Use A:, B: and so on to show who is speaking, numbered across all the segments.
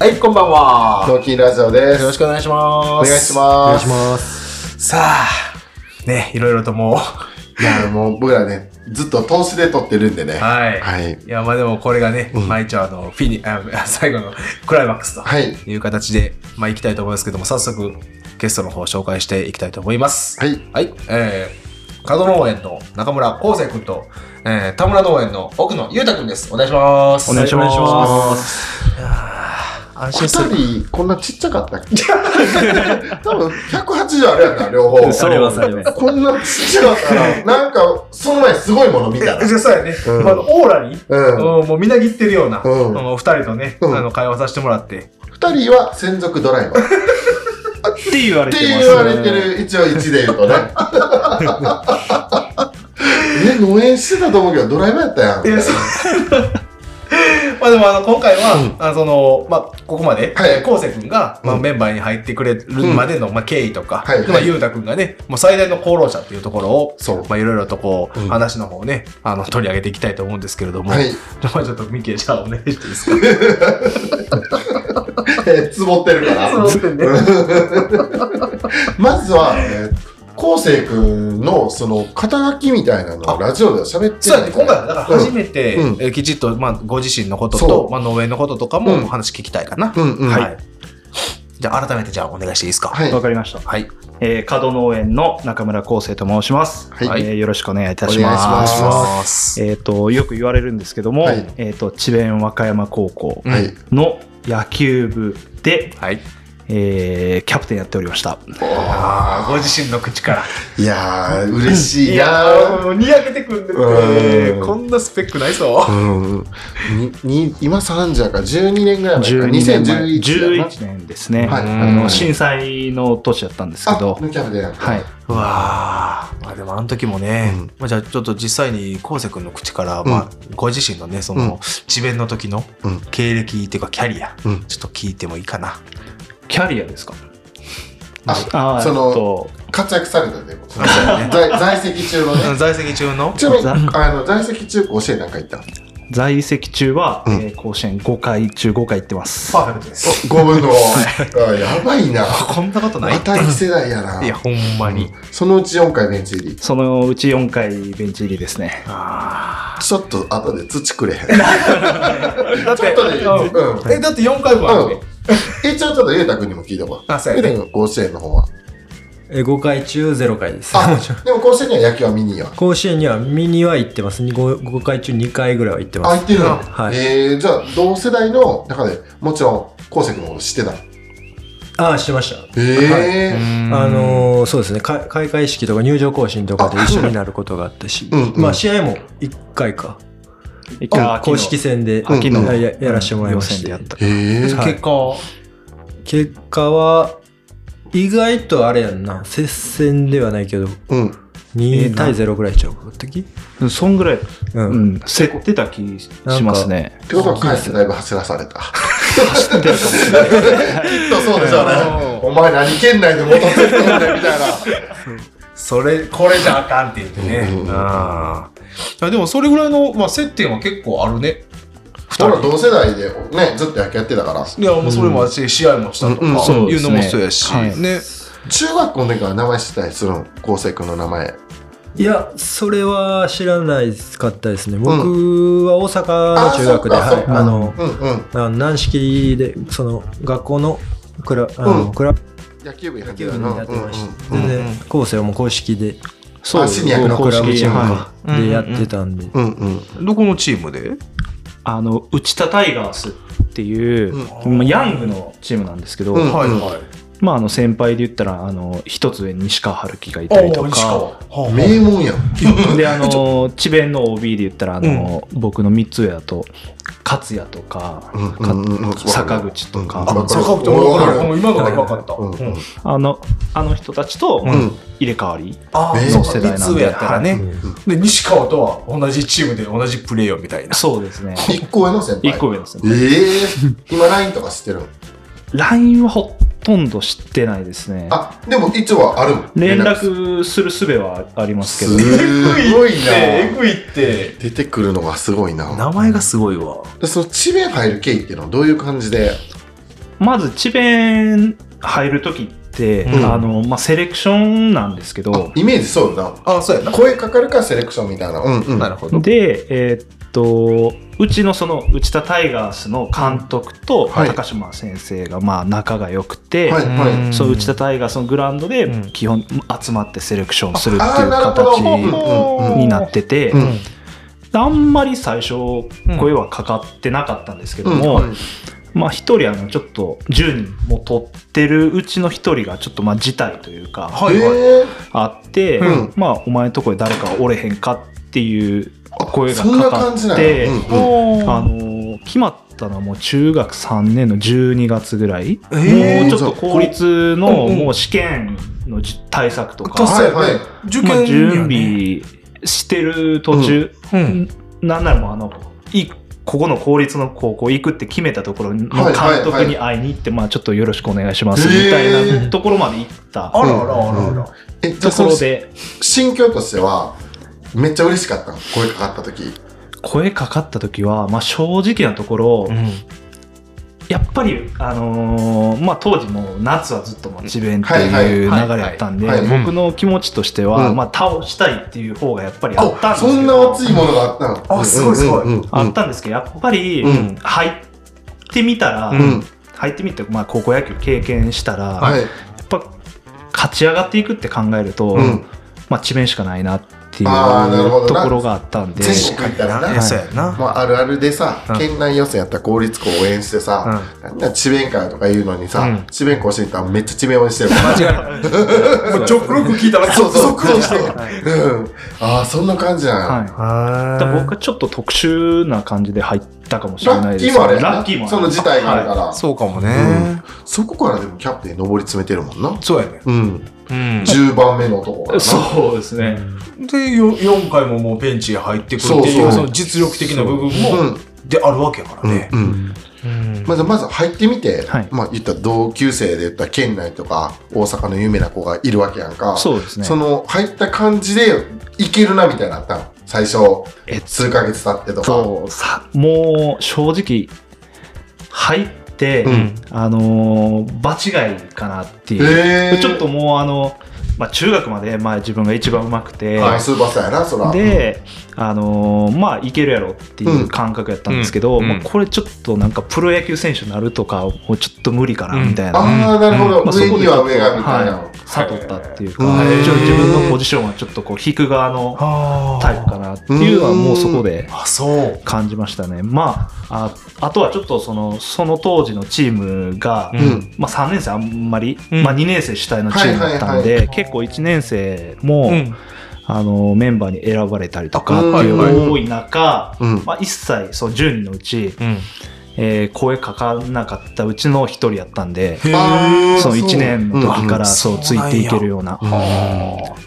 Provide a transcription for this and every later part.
A: はい、こんばんは。
B: 脳筋ラジオです。
A: よろしくお願いします。
B: お願いし
C: お願
B: ま
C: い
B: す。
C: します。
A: す。さあ、ね、いろいろともう、
B: いや、もう僕らね、ずっと投資で撮ってるんでね。は
A: はい。い
B: い。
A: や、まあでもこれがね、毎朝のフィニ、あ最後のクライマックスと
B: はい。
A: いう形で、まあ行きたいと思いますけども、早速ゲストの方を紹介していきたいと思います。
B: はい。
A: はい、えー、角農園の中村康生君と、えー、田村農園の奥野裕太君です。お願いします。
C: お願いします
A: お願いします。安心
B: 二
A: する。
B: 人、こんなちっちゃかったっけ 多分、180あるやんな、両方。
C: そうありますあります
B: こんなちっちゃかったら、なんか、その前すごいもの見たら。
A: 実際ね、
B: うん
A: まあ、オーラに、
B: うん。
A: うんもうみなぎってるような、
B: うん
A: あのお二人とね、
B: うん
A: あの会話させてもらって、
B: 二人は専属ドライバー。っ
C: って言われ
B: て
C: てます、ね。
B: 言われて。る、一応一で言 うとね。ね、農園してたと思うけど、ドライバーやったやん。
A: いやそう まあでもあの今回は、あのそのまあ、ここまで、
B: はい
A: えー昴生君が、まあ、メンバーに入ってくれるまでの、まあ、経緯とか、
B: はい
A: でまあ、裕太君がねもう最大の功労者っていうところを
B: そう
A: まあ、いろいろとこう、
C: うん
A: 話の方をねあの取り上げていきたいと思うんですけれども、
B: はい。
A: まあちょっとミキじゃあお願いしていい ですか。
B: えーつぼってるから。 まずは、えー、昴生君のその肩書きみたいなのをラジオでは喋って
A: そうや
B: る
A: ね、今回はだから初めて、
B: うんうん
A: えーきちっと、まあ、ご自身のこと
B: そ
A: と、
B: う
A: まあ、農園のこととか
B: う
A: も
B: ん
A: お話聞きたいかな。
B: うんうん
A: は
B: はい
A: い。じゃあ改めてじゃあお願いしていいですか。
B: はい
C: わかりました。
A: はい。
C: えー、角農園の中村康生と申します。
B: はい
C: えーよろしくお願いいたします。
B: お願いしま
A: ます。
C: えっ、と、よく言われるんですけども、
B: はい
C: えっ、と、智弁和歌山高校
A: うん
B: はい
C: の野球部で、
A: はい。
C: えー、キャプテンやっておりました。
A: ああ、ご自身の口から。
B: いやー嬉しい
A: ー
B: な
A: もうにやけてくんで
B: うん
A: こんなスペックないぞ。
B: うんにに今30やから12年ぐらい前か
C: 12年前
B: 2011やな
C: 11年ですね。
B: はい
C: あ
A: うん
C: の震災の年だったんですけど
B: あ、ヌキャブでやった
C: はい。
A: うわあ、まあでもあの時もね、
B: うん
A: まあじゃあちょっと実際に昴生君の口から、まあご自身のね、その、智弁の時の
B: うん
A: 経歴っていうかキャリア、
B: うん
A: ちょっと聞いてもいいかな。
C: キャリアですか
B: あ
C: あー
B: その
C: えっと
B: 活躍されたということ
A: そうだね
B: 在在籍中のね
A: 在籍中の
B: ちなみに
C: ざ
B: あの在籍中甲子園なんか行った
C: 在籍中は、
B: うん
C: えー甲子園5回中5回行ってます。
A: パーフェクトです。
B: 5分のあやばいな
A: こんなことない
B: また一世代やない
A: や、ほんまに。
B: そのうち4回ベンチ入り
C: そのうち4回ベンチ入りですね。
A: あ
B: ちょっと後で土くれ へん
A: あ。だっ
B: ちょっとでいいうん
A: え、だって4回もあるね。
B: 一応ちょっとゆうたくんにも聞いとこう。
A: あそう
B: ゆ
A: や
B: うた
A: ね
B: くん甲子園の方は。
D: え5回中0回です。
B: あ、でも甲子園には野球は見には。
D: 甲子園には見には行ってます。5, 回中2回ぐらいは行ってま
B: あ、
D: す。
B: 行ってるの、
D: はい
B: えー、じゃあ同世代の中でもちろん昴生君のこと知ってた
D: ああ、してました。
B: えー
D: あのーそうですねか開会式とか入場行進とかで一緒になることがあったし、
B: うんうん
D: まあ試合も1回か、
C: 一
D: うん公式戦で
B: うん
C: 秋の
D: やややらせてもらいまし
C: 予
D: た
C: 選でやっ
B: えー、
D: はい
A: 結果は
D: 結果は意外とあれやんな接戦ではないけど
B: うん。
D: 2対0ぐらいちゃうか時
C: た。そんぐらい、
D: う、
C: うんん、競ってた気しますね。
B: ってことは返してだいぶ走らされた。
C: 走ってるかもしれない
B: きっとそうでしょうね。お前何県内で元取ってんだ よみたいな。
A: それ、これじゃあかんって言ってね。
B: うん
A: あーあでもそれぐらいの、まあ、接点は結構あるね。
B: ほら同世代でね、ずっと野球やってたから。
A: いや、もうそれもあるし、試合もしたとか、
B: うんうん
C: そ
A: い
C: うで
A: う
C: す
A: の
C: ね
A: もそうやし、
C: はい
A: ね。
B: 中学校の時から名前知ってたりするの昴生君の名前。
D: いやそれは知らないかったですね僕は大阪の中学で、
B: あそ
D: は
B: っかそ
D: い
B: っか
D: あの
B: うんうん。
D: あの軟式でその学校のクラあ
B: うん
D: のクラブ
B: 野球部に入って
D: 球
B: た
D: 部に
B: の。
D: やってました
B: うんうん
D: 全
A: うんうん
D: 然構成はもう公式で
C: そう
B: あシニアの
C: 公
D: クラブ
C: 式
D: チーム
C: は
D: か
A: うん
D: でやってたんで
B: うんうん。
A: どこのチームで
C: い。あの、内田タイガースっていう、
A: うん
C: まあヤングのチームなんですけど、
B: うん
A: はいはい。
C: まあ、あの先輩で言ったら、あの、一つ上に西川春樹がいたりとか、
A: はあ
B: 名門やん。
C: で、あの、智弁の OB で言ったら、あの、僕の三つ上だと、勝也とか、か坂口とか、
B: うん
A: あ、そうかもしれないわかる。もう今のが分かった。
B: うん
A: うん
C: あの、あの人たちと
B: うんうん
C: 入れ替わり。
A: ああ、
B: えー
A: そう
C: 世代なんで
A: 三つ上やったらね、
D: うん
A: で、西川とは同じチームで同じプレーをみたいな。
C: そうですね。
B: 一個上の先輩。
C: 一個上です
B: え
C: ね。
B: え今 LINE とか知ってるの
C: LINE はほとんど知ってないですね。
B: あ、でも一応はあるもん。
C: 連絡する術はあります
B: す
C: けど、
B: ごい
A: え
B: な
A: ぐいって、えぐいって。
B: 出てくるのがすごいな
A: 名前がすごいわ。
B: でその智弁入る経緯っていうのはどういう感じで
C: まず智弁入る時って、
B: うん
C: あのまあ、セレクションなんですけど、
B: イメージそうだ
A: あ、そうやな
B: な。声かかるかセレクションみたいなうんうん
A: なるほど。
C: で、えーっとうちのその内田タイガースの監督と
B: はい
C: 高島先生がまあ仲が良くて、
B: はいはい
C: そう内田タイガースのグラウンドで
D: うん
C: 基本集まってセレクションするっていう
B: あーなるほど
C: 形
B: うん
C: になってて
B: うん
C: あんまり最初
D: ん
C: 声はかかってなかったんですけど
B: うん
C: も
B: うん
C: まあ、1人あのちょっと10人も取ってるうちの1人がちょっとまあ事態というか
A: はいはい
B: えー
C: あって、
B: うん
C: まあお前のとこに誰かおれへんかっていう声が
B: そんな
C: かか
B: 感じな
C: っ
B: んや
C: て、
B: うんうん
C: あ
A: あ
C: のー決まったのはもう中学3年の12月ぐらい、
A: えー
C: もうちょっと公立の
A: うんうん
C: もう試験のじ対策と
A: と
C: か、
A: さ
B: はいはい
A: 受
C: まあ、
A: 験に
C: 準
A: はね。
C: 備してる途中、
D: うん
C: なんならもうあのいここの公立の高校行くって決めたところの
B: はいはいはい
C: 監督に会いに行って、まあ、ちょっとよろしくお願いします
B: へー
C: みたいなところまで行った
A: あらあらあらあら。
B: えじゃ
C: と
B: あ
C: こ
B: その
C: ろで
B: 心境としてはめっちゃ嬉しかったの声かかった時
C: 声かかった時は、まあ、正直なところ、やっぱり、あのーまあ、当時もう夏はずっともう智弁っていう
A: はいはい
C: 流れやったんで
B: はいはい
D: はい
C: 僕の気持ちとしては、
B: うん
C: まあ、倒したいっていう方がやっぱりあったん
B: あ
C: で
B: そ
C: すけど
B: んな熱いものがあったの
A: あすごいすごい
B: うんうんうん
C: あったんですけどやっぱり、
B: うん
C: 入ってみたら、
B: うん
C: 入ってみて、まあ、高校野球経験したら、
B: はい
C: やっぱ勝ち上がっていくって考えると、
B: うん
C: まあ、智弁しかないなってい
B: あーなるほ
C: う
B: ど
C: と
B: な
C: ころがあったんで。
B: 全国行ったらな
A: えそうやな。
B: まあ、あるあるでさ、
A: うん
B: 県内予選やったら公立校を応援して
A: うん
B: さ、なんだ智弁会とか言うのにさ、
D: うん
B: 智弁校してたらめっちゃ智弁応援してるから。
A: 間違いない。もうちょくろく聞いたら、
B: そうそう
A: 続々してる。
C: はい
B: うん。ああ、そんな感じなんや。
C: はい
A: あ
C: だから僕はちょっと特殊な感じで入ったかもしれな
B: ラ
C: い
B: ッ
C: で
B: キ
C: す
B: ーもあれやな
C: ラッキーもある
B: その事態があるから、
A: そうかもね。
B: そこからでもキャプテン上り詰めてるもんな。
A: そうやね。
B: うん。
D: うん
B: 10番目の男がな。
C: そうですね。
A: で、よ4回ももうベンチへ入ってくるって
B: そう
A: い
B: そう
A: う、その実力的な部分
B: う
A: も、
B: ん。
A: であるわけやからね。
B: うん。うんまず、まず入ってみて、
C: はい
B: まあ言ったら同級生で言ったら県内とか大阪の有名な子がいるわけやんか。
C: そうですね。
B: その入った感じでいけるなみたいになったの最初
C: えっと
B: 数ヶ月経ってとか
C: そうさもう正直入って、
B: うん
C: あのー場違いかなっていう、
B: へえ
C: ちょっともうあの、まあ、中学まで、まあ、自分が一番うまくて、
B: あスーパースターやなそら
C: で、あのーまあいけるやろっていう感覚やったんですけど、
D: うん
C: まあ、これちょっとなんかプロ野球選手になるとかもうちょっと無理かなみたいな、
B: ああなるほど、
C: まあそ
B: 上
C: こで
B: には上がみたいな、
C: は悟ったっていうか、
B: へー
C: 一応自分のポジションはちょっとこう引く側の
A: あ
C: タイプかなっていうのはもうそこで
A: あ、そう。
C: 感じましたね。まあ、ああとはちょっとそのその当時のチームが、
D: うん
B: うん
C: まあ、3年生あんまり、
D: うん
C: まあ、2年生主体のチームだったんで、
B: はい
C: 結構1年生も、あのメンバーに選ばれたりとか
B: あ
C: っていうの
A: はい
B: はい
C: が多い中、
B: うん
C: まあ、一切その10人のうち、えー声かかんなかったうちの1人やったん
A: へ
C: で。
A: ー
B: あー
C: その1年の
B: うん
C: 時
B: うん
C: から
A: そ
C: そううついていけるような、
A: はあ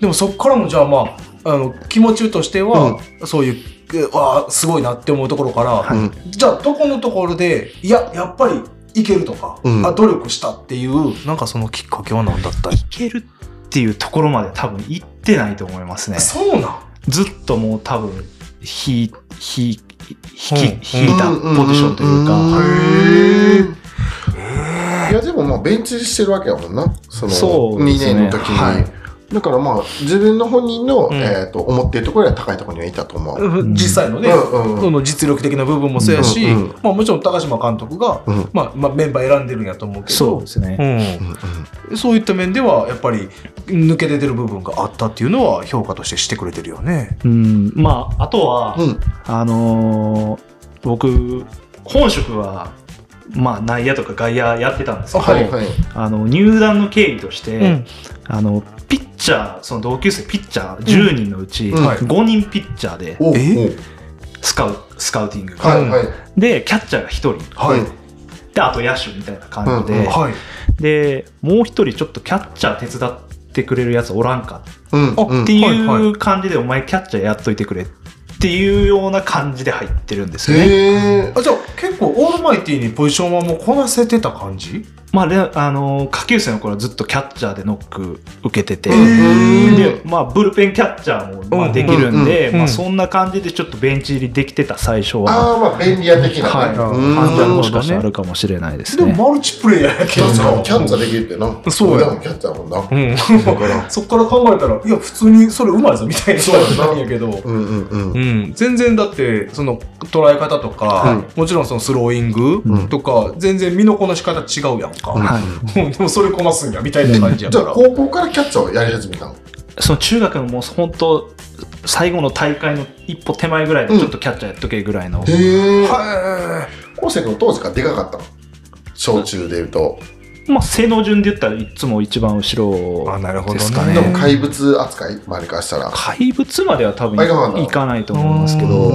A: でもそっからもじゃあまああの気持ちとしては、そういうえわあすごいなって思うところから、
B: うんうん
A: じゃあどこのところでいややっぱりいけるとか、
B: うん
A: あ努力したっていうなんかそのきっかけは何だった
C: いけるっていうところまで多分行ってないと思いますね
A: そうなん
C: ずっともう多分引引引
A: う
C: き
A: ん
C: 引いたポジションというか、
B: ん
A: へ
B: いやでもまあベンチしてるわけやもんなその
C: そうで
B: 2
C: すね
B: 年の時に、
C: は
B: だからまあ自分の本人の、
D: うん
B: えー、と思ってるところよりは高いところにはいたと思う、
A: うん実際のね、
B: うんうん
A: その実力的な部分もそうやし、
B: うんうん
A: まあ、もちろん高島監督が、
B: うん
A: まあまあ、メンバー選んでるんやと思うけ
C: そう
A: ど
C: ですね、
B: うんうん
A: そういった面ではやっぱり抜け出てる部分があったっていうのは評価としてしてくれてるよね。
C: うん、まああとは、
B: うん
C: あのー僕本職はまあ内野とか外野やってたんですけど、
B: はいはい
C: あの入団の経緯として、あのピッチャーその同級生ピッチャー10人のうち
B: うんはい
C: 5人ピッチャーで
B: お
A: え
C: スカウスカウティングが、
B: はいはい
C: でキャッチャーが1人
A: はい、
C: であと野手みたいな感じで、
B: うんうん
A: はい
C: でもう1人ちょっとキャッチャー手伝ってくれるやつおらんか
B: うん
A: あ
B: うん
C: って
A: はい
C: いう感じで、お前キャッチャーやっといてくれっていうような感じで入ってるんですよね。
B: へえ
A: あじゃあ結構オールマイティーにポジションはもうこなせてた感じ
C: まあであのー下級生の頃はずっとキャッチャーでノック受けてて、
B: ー
C: でまあ、ブルペンキャッチャーもま
A: うん
C: あできるんで、
A: うんうん
C: まあ、そんな感じでちょっとベンチ入りできてた最初は、
B: ああ、まあ、便利屋的なね。
C: はい
B: うん
C: 感じは
A: そ
C: もし
A: うだね
C: かしたらあるかもしれないです
A: で
C: ね。
A: もマルチプレイヤーやけ
B: キャ
A: ど
B: ッチャー
A: さ
B: もキャッチャーできるってな。
A: そうや
B: 俺らもキャッチャーやもんな。
A: うん、
B: から
A: そっから考えたらいや普通にそれうまいぞみたいな
B: そうやな
A: なんやけど、
B: うんうんうん。
A: うん、全然だってその捉え方とか、もちろんそのスローイングとか、全然身のこなし方違うやんか、
B: うん
C: はい、
A: うんでもそれこなすんやみたいな感じや
B: じ
A: か
B: ゃあ
A: ら。
B: 高校からキャッチャーをやり始めたの
C: その中学のもう本当最後の大会の一歩手前ぐらいでちょっとキャッチャーやっとけぐらいの、
B: へえ
A: は
B: 昴生君当時からでかかったの小中でいうと、
C: まあ、性能順で言ったらいつも一番後
A: あ
C: ろ
A: なるほどね
C: ですか
A: へ
C: ね
A: ー
B: でも怪物扱い周りからしたら
C: 怪物までは多分
B: あいかないんだ
C: いかないと思いますけ
B: う
C: ど、
B: ー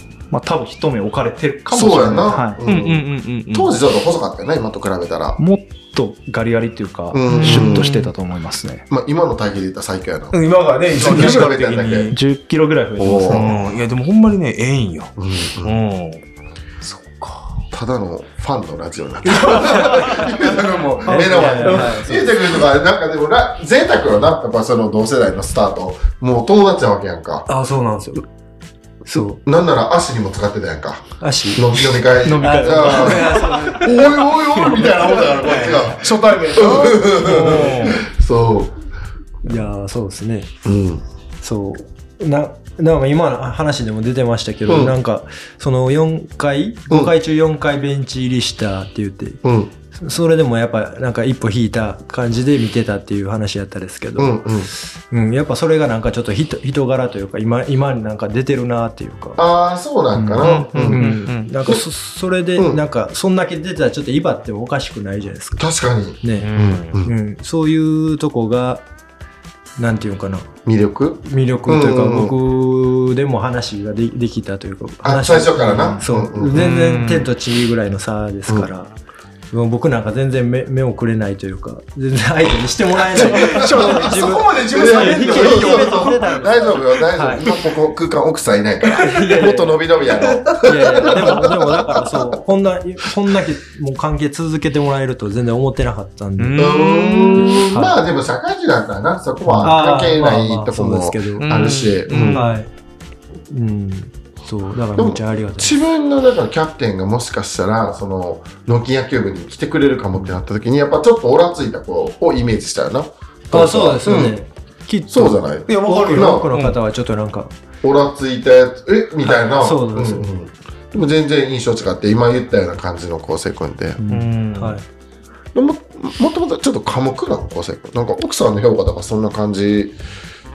B: ん
C: まあ、多分一目置かれてるかもしれ
B: そう
C: ない
B: やな、
C: は
A: うんうんうんうん。
B: 当時ちょっと細かったよね今と比べたら
C: い、、もっとガリガリっていうか、
B: うん
C: シュッとしてたと思いますね
B: まあ、今の大会で言ったら最強やな、
A: うん今がね、一番
B: そう
A: 的
B: 比べたんだ
A: に。
C: 1 0キロぐらい増えてます
B: お
C: ね
A: うん、いや、でもほんまにね、ええんよ。
B: うんうん
A: うん。そっか。
B: ただのファンのラジオになってるだからもう目の前でゆうたくんとかなんかでもラ贅沢よなやっぱその同世代のスタートもう友達なわけやんか
D: あ、そうなんですよ。そう。
B: なんなら足にも使ってたやんか
D: 足。
B: 飲み飲み会
C: 飲み
D: あ
C: 会
B: あー
D: そう
B: おいおいおいみたいなもんだからこっちが
A: 初対面。
B: そ
D: いやー、そうですね。
B: ううん
D: そう。な、なんか今の話でも出てましたけど、
B: うん
D: なんか、その4回、5回中4回ベンチ入りしたって言って、
B: うん
D: それでもやっぱなんか一歩引いた感じで見てたっていう話やったですけど、
B: うんうん
D: うんやっぱそれがなんかちょっと人人柄というか今今になんか出てるなっていうか、
B: ああそうなんかな
A: うん
B: うん
D: うんなんかそそれで
B: うん
D: なんかそんだけ出てたらちょっと威張ってもおかしくないじゃないですか、
B: 確かに
A: うん。
D: ねうん、そういうとこがなんていうのかな
B: 魅力
D: 魅力というか、
B: うんうん
D: 僕でも話がでできたというか
B: あ
D: 話
B: 最初からな
D: そう、
B: うんうん
D: 全然天と地ぐらいの差ですから、もう僕なんか全然目目をくれないというか全然相手にしてもらえない
A: そこまで自
B: い
A: 分さ
B: やい
A: れ
B: やい
A: る
B: や
A: のいい
B: そうそう
A: よ。
B: そう大丈夫よ大丈夫今ここ空間奥さんいないからもっと伸び伸びやろう
D: いやいやでもでもだからそうこんなこんだけもう関係続けてもらえると全然思ってなかったんで、
A: うん
B: ーんまあでも社会人だったらなそこは関係ないとこ
D: そうです
B: も
D: けど、
A: ん
B: あるし
A: う
B: うん
D: はいうんそうだからめっちゃありがたい
B: 自分のだからキャプテンがもしかしたらその野球野球部に来てくれるかもってなった時にやっぱちょっとオラついた子をイメージしたよな
D: あそうですよね、
B: ん
D: きっと
B: そうじゃない
A: いや、わかる
B: な
A: よ。
D: 多くの方はちょっとなんか、
B: オラついたやつえみたいな、
D: はいそうなんですよ
B: んんでも全然印象違って今言ったような感じの昴生君で
D: うん
A: ん
D: はい
B: でもももともとちょっと寡黙なの昴生君なんか奥さんの評価とかそんな感じ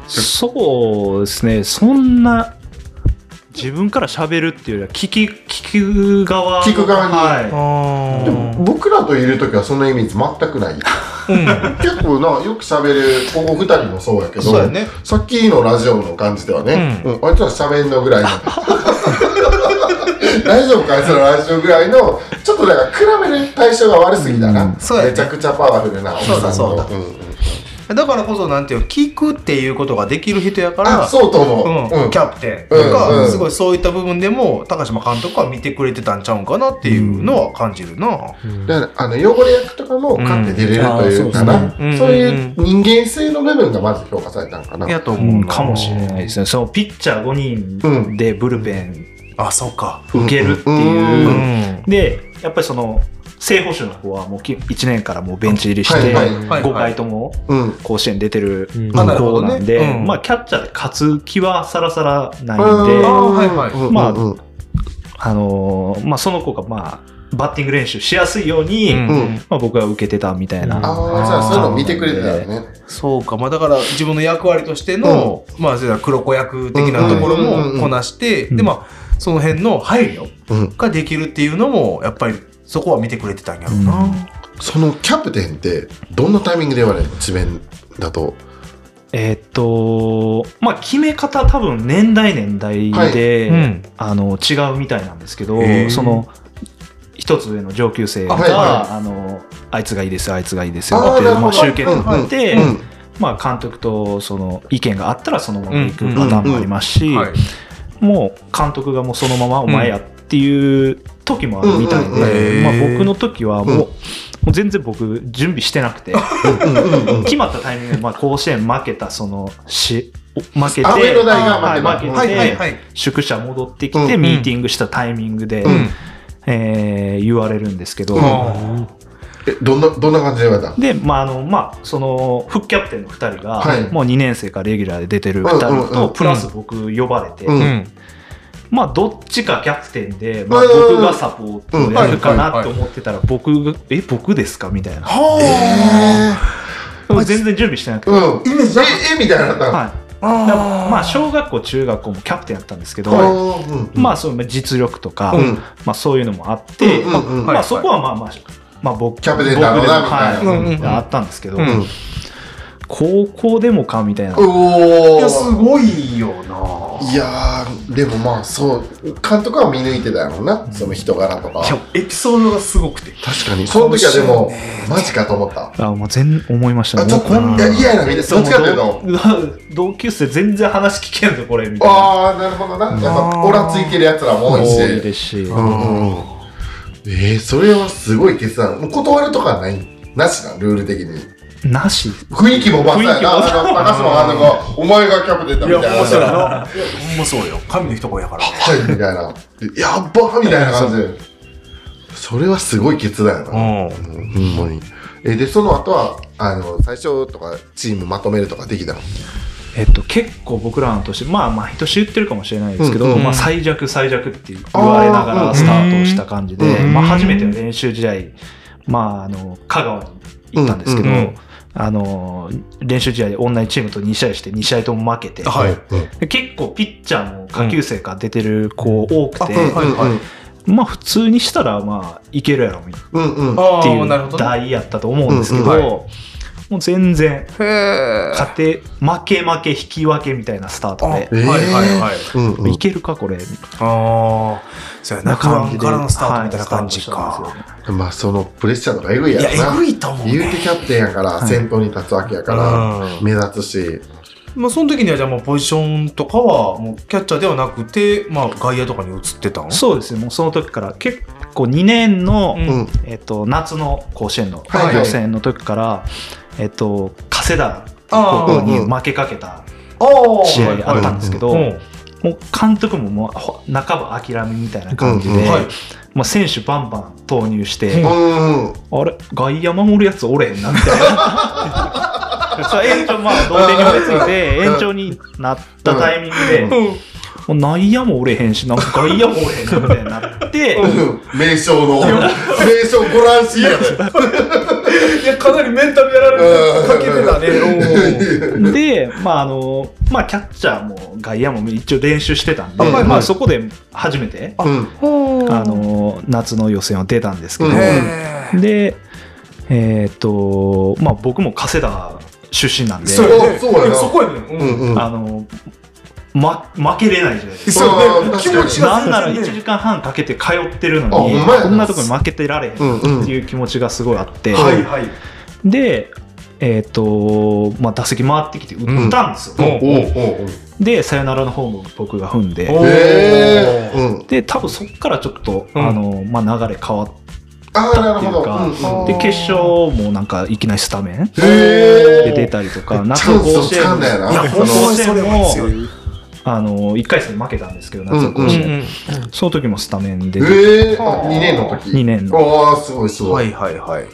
C: そうですねそんな自分から喋るっていうよりは聞き聞く側
B: 聞く側に
C: は
A: あ
B: でも僕らといる時はそんなイメージ全くない結構なよく喋るここ2人もそうやけど
A: そうやね。
B: さっきのラジオの感じではね、
A: う
B: うんあいつら喋んのぐらいの大丈夫かあいつらラジオぐらいのちょっとなんか比べる対象が悪すぎだな、
A: そうやね
B: めちゃくちゃパワフルなおじさんの
A: そうだそ
B: うんうん
A: だからこそ、なんていうの聞くっていうことができる人やから、
B: あそうと思う、
A: う、
B: うんん
A: キャプテンとか、
B: うんうん
A: すごいそういった部分でも高島監督は見てくれてたんちゃうんかなっていうのは感じるな、
B: だからあの汚れ役とかも勝って出れるというかな、
A: うんあーそ
B: そうう
A: ですね
B: いう人間性の部分がまず評価されたのかな、
A: やと
C: い、う、
A: 思うんな
C: かもしれないですねそのピッチャー5人でブルペン
A: あそうか
C: 受けるって
B: うん
C: いう、
A: ん
C: でやっぱりその正捕手の子はもうき1年からもうベンチ入りして、
B: はいはい
A: はい
C: 5回とも
B: うん
C: 甲子園出てる
D: うん
A: あなるほ
C: 子
A: どね
C: なんで、
A: うん
C: まあ、キャッチャーで勝つ気はさらさらないんで、
B: うん
A: あーはいはい
B: うん
C: まあ
B: うん
C: あのーまあ、その子が、まあ、バッティング練習しやすいように、
B: うん
C: まあ、僕は受けてたみたいな、
D: うん
B: ああじゃあそういうの見てくれてたよね
A: そうかまあだから自分の役割としての、まあそれは黒子役的なところもこなして、
C: ん
A: でまあその辺の配慮
B: うん
A: ができるっていうのもやっぱりそこは見てくれてたんやろうな、
C: うん
B: そのキャプテンってどんなタイミングで言われるの智弁だと
C: えーっとまあ決め方多分年代年代で、
A: はいうん
C: あの違うみたいなんですけど、
A: へー
C: その一つ上の上級生が
B: あ
C: あ,、
B: はいは
C: のあいつがいいですよあいつがいいですよ
B: あー
C: っていう
B: なる
C: ま
B: ほ
C: あ、
B: ど
C: 集計とかって、
B: うん
C: まあ、監督とその意見があったらそのままいくパターンもありますし、
A: はい
C: もう監督がもうそのままお前やっていう時もあるみたいで、
B: うんうんうん
A: へー
C: まあ、僕の時はもうもう全然僕準備してなくて決まったタイミングで、まあ、甲子園負けたそのしお負けて
B: あ上野大が負けた
C: は
A: は
C: い負けて、
A: いはいはい。
C: 宿舎戻ってき
B: うん
C: て、
A: うん
C: ミーティングしたタイミングで、
B: うん
C: えー言われるんですけど、
A: うん
B: えどんなどんな感じで言われた
C: で、まああのまあ、その副キャプテンの2人が、
B: はい
C: もう2年生からレギュラーで出てる2
B: うんうんう
C: 人
B: んうん
C: とプラス僕呼ばれて、
B: うん
C: まあ、どっちかキャプテンで、ま
B: う
C: あ、
B: ん
C: 僕がサポートをやるか
A: うんはい
C: な
A: はい
C: と思ってたら僕が「え僕ですか?」みたいな
A: は
C: 全然準備してなくて、
B: うん
A: イメージなかっ
B: ええみたいになったの
C: は
A: あ。
C: い、だからまあ
A: ょ
C: 小学校中学校もキャプテンやったんですけど、
B: ほううん
C: まあ、その実力とか、
B: うん
C: まあ、そういうのもあって、
B: うんうんうん
C: ま
A: は
C: あ、
A: い
C: そこはまあまあ、まあ、僕
B: キャプテンだろうな
C: 僕
A: みた
C: でも
A: いなうんうんうん
C: はいあったんですけど、
A: うん
C: 高校でもかみたいな、
B: お
A: いや、す
B: お
A: ごいよな。
B: いやーでもまあそう監督は見抜いてたやろうなその人柄とか
A: いや、エピソードがすごくて。
B: 確かにその時はでもマジかと思った
C: あもう全思いました
B: あち
C: ね。
B: ょっと
C: もうこん
B: いや嫌やなみたいなどっちかっていうと
C: 同 同級生全然話聞けんぞこれみたいな
B: ああなるほどなやっぱオラついてるやつらも多いし
C: 多いですし、
B: うんうんうんえー、それはすごい決断もう断るとかないなしなルール的に
C: なし
B: 雰囲気もバッサやな
C: 雰囲気
B: あの高島がなんかお前がキャプテンだみたいな
A: な。いや、ほんまそうよ。神の一声やから。
B: はいみたいなやっばみたいな感じでそれはすごい決断やな、
A: ん。
B: うん、ほんまにえでその後はあの最初とかチームまとめるとかできたの
C: えっと、結構僕らの年まあ毎年言ってるかもしれないですけど、
B: うんうん
C: まあ、最弱最弱って言われなが
B: あー
C: らスタートをした感じで、
B: うん
C: まあ、初めての練習試合、まあ、あの香川に行ったんですけど、
A: うんうん
C: あの練習試合で同じチームと2試合して2試合とも負けて
A: あはい
B: うん
C: で結構ピッチャーも下級生から出てる子多くて、
A: うんはいはい
C: まあ、普通にしたらまあいけるやろみたい
B: うんうんうん
A: あ
C: なって
A: あ、
C: い
A: なるほ
C: う
A: どね。
C: 代やったと思うんですけど、
A: うんうんはい
C: もう全然
A: へえ。
C: 勝て負け負け引き分けみたいなスタートで。
B: えー
A: はいはいはい。
B: うんうん
C: いけるかこれみ
A: ああ、そうや
C: たいな
A: な、不
C: 感じ
A: 安
C: で
A: からのスタートみたいな感じ
C: は
A: か。
C: いスタートしたんですよね
B: まあそのプレッシャーとかえぐい
A: い
B: や
A: や、
B: ろな
A: えぐいと思う
B: 言う
A: ね。
B: てキャプテンやから
C: はい
B: 先頭に立つわけやから、
A: うん
B: 目立つし
A: まあ、その時にはじゃあもうポジションとかはもうキャッチャーではなくて、まあ、外野とかに移ってたの
C: そうですねもうその時から結構2年の、
A: うん
B: うん
C: えっと、夏の甲子園の
B: はい
A: はい
C: 予選の時から、えっと、加世田
A: あ
C: 高校
A: ー
C: に負けかけた
A: あー
C: 試合があったんですけど、
A: はいはい
C: もう監督ももうほ半ば諦めみたいな感じで、
B: うんうん
A: はい
C: もう選手バンバン投入して、
A: うん
B: うんうん
C: あれ外野守るやつおれへんなみ たいな。そう延長まあ同点に追いついて延長になったタイミングで、
B: うん
C: もう内野もおれへんしな外野もおれへんなみたいにな って、
B: 名称の名称ご覧しやで
A: うんいやかなりメンタルやられてかけてたね
C: でまああのまあキャッチャーも外野も一応練習してたんで、
B: うん
C: まあそこで初めて
B: うん
C: あの夏の予選は出たんですけど、
B: うん
A: うん
C: でえーっとまあ僕も加世田出身なんで、
A: そうやね
B: おそうやない
A: そこやねん
B: う
A: うん
B: んうん
C: あのま負けれないじゃないです
A: そ
C: か。
A: う
B: うん
A: ね気持ちが
C: なんなら1時間半かけて通ってる
B: あ
C: の
B: ほ
C: に
B: んまやな
C: こんなとこに負けてられへん
B: うんうん
C: っていう気持ちがすごいあって、
B: は
A: はいはい
C: で、えっとまあ、打席回ってきて打ったんですよ、
B: おうおうおう
C: でサヨナラの方も僕が踏んで
A: お
B: へえうん
C: で多分そっからちょっと、
A: うん
C: あのまあ、流れ変わっ
B: ああなるほど
C: だっ
A: い
C: て
A: うか
B: うんうん
C: て決勝もなんかいきなりスタメン
B: へ
C: で
B: え
C: 出たりとか夏
B: チャ
C: の
B: ンス
C: 甲
B: を
C: 子
B: つかんだよ
C: 園
B: ない
A: や
C: そ
A: 本
C: の
A: 当にそれは強い
C: あの1回戦負けたんですけど夏の甲
B: うん
C: 子園、
A: うん
C: その時もスタメンで、
B: ええあ二年の時
C: 2年の
B: ああすごいすご
A: はいいはいはい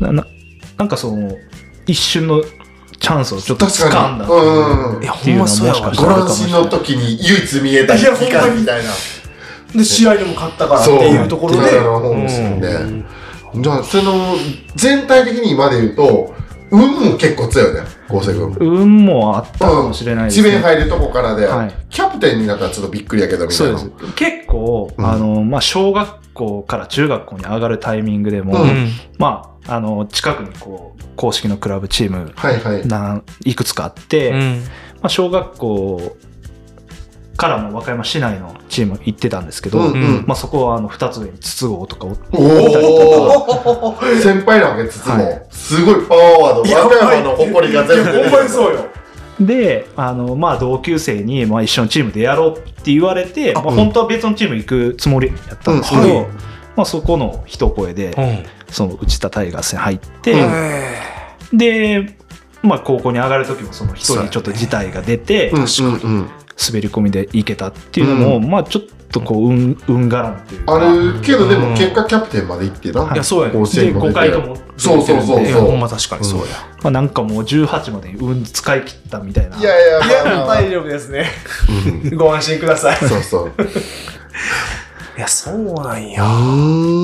C: なななんかその一瞬のチャンスをちょっと
B: 確
C: 掴
B: か
C: ん
B: に
C: だ
B: うん
A: いや
C: っていうのはもしかしたら
B: ご乱心の時に唯一見えた期間みたいな
A: で試合でも勝ったからって
B: そう
A: いうところで
B: 力の本心で
A: うん
B: じゃあその全体的に今で言うと運も結構強いね昴生君
C: 運もあったかもしれないです
B: 地
C: ね、
B: 面入るとこからで、
C: はい
B: キャプテンになったらちょっとびっくりやけどみた
C: そ
B: いうな
C: です結構、
B: うん
C: あのまあ、小学校から中学校に上がるタイミングでも、
B: うん
C: まあ、あの近くにこう公式のクラブチーム
B: はいはい
C: なんいくつかあって、まあ、小学校からも和歌山市内のチーム行ってたんですけど、
B: うんうん
C: まあ、そこはあの2つ上に筒香とかおっ
B: おお先輩なわけつつも、
C: はい
B: すごいパワーワード
A: いや
B: 和歌山の誇りが全部出
A: ほ
B: て
A: ん
B: く
A: ま
B: る
A: にそうよ
C: であの、まあ、同級生に、まあ、一緒のチームでやろうって言われてまあ、
B: うん
C: 本当は別のチーム行くつもりやったんですけど、
B: うんはい
C: まあ、そこの一声で、
A: うん
C: その内田タイガースに入っ
A: へ
C: て、
A: え
C: で、まあ、高校に上がる時もその一人ちょっと事態が出て、
B: うんうんうん
C: 滑り込みでいけたっていうのも、
B: う
C: まあちょっとこう運運がらんっていうか
B: あるけどで
A: うん
B: も結果キャプテンまで行ってな
C: はい
A: やそうやね
B: 甲子
C: で
B: 園ま
C: 5
B: で
C: 回
B: 出
C: と
B: て
C: も
B: そうそうそう
A: いや
C: 出てるんで
A: ほんま確かにそうや、
C: まあ、なんかもう18まで運使い切ったみたいない
B: やいや
A: い
B: まあ
A: や
B: まあ
A: 体力ですね
B: う
A: ご安心ください
B: んそうそう
A: いやそうなんや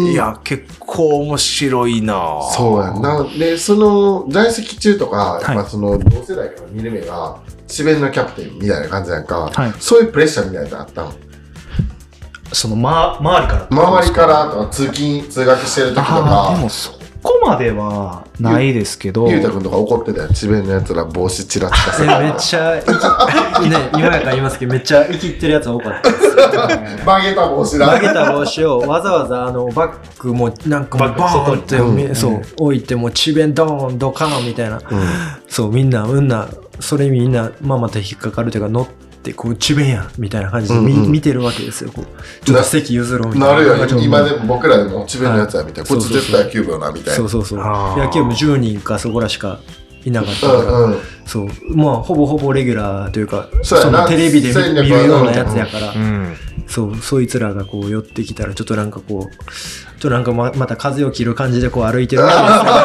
B: い
A: いや結構面白いな
B: そうやんなでその在籍中とか、
C: い
B: やっぱその同世代から見る目が智弁のキャプテンみたいな感じやんか、
C: はい
B: そういうプレッシャーみたいなのあったの
C: その、ま、周りから
B: 周りからとか通勤通学してる時と
C: あーで
B: か
C: もそこまではないですけど
B: ゆうたくんとか怒ってたよ智弁のやつら帽子ちらつかせ
D: え
B: て
D: めっちゃ生きね今やから言いますけどめっちゃ生きってるやつは多かったで す
B: 曲げた帽子だ
D: 投げた帽子をわざわざあのバッグもなんかもうバーンって
B: 外に
D: みそう置いてもう智弁ドーンドカーンみたい
B: う
D: な
B: ん
D: そうみんなうんなそれみんなまあまた引っかかるというか乗ってこう智弁やみたいな感じでみ
B: うんうん
D: 見てるわけですよこうちょっと席譲ろうみたいな
B: なるよ
D: ちょっと
B: 今でも僕らでも智弁のやつらみたいな、
D: はい
B: こいつ絶対9秒なみたいな
D: そうそうそう
A: あー
D: 野球部10人かそこらしかいなかったから、
B: うんうん
D: そうまあほぼほぼレギュラーというか
B: そうやな
D: のテレビで
B: 戦
D: 見
B: 力
D: 見
B: は
D: るようなやつやから、
A: うん
D: そうそいつらがこう寄ってきたらちょっとなんかこうちょっとなんかままた風を切る感じでこう歩いてる
B: でまあ
D: わ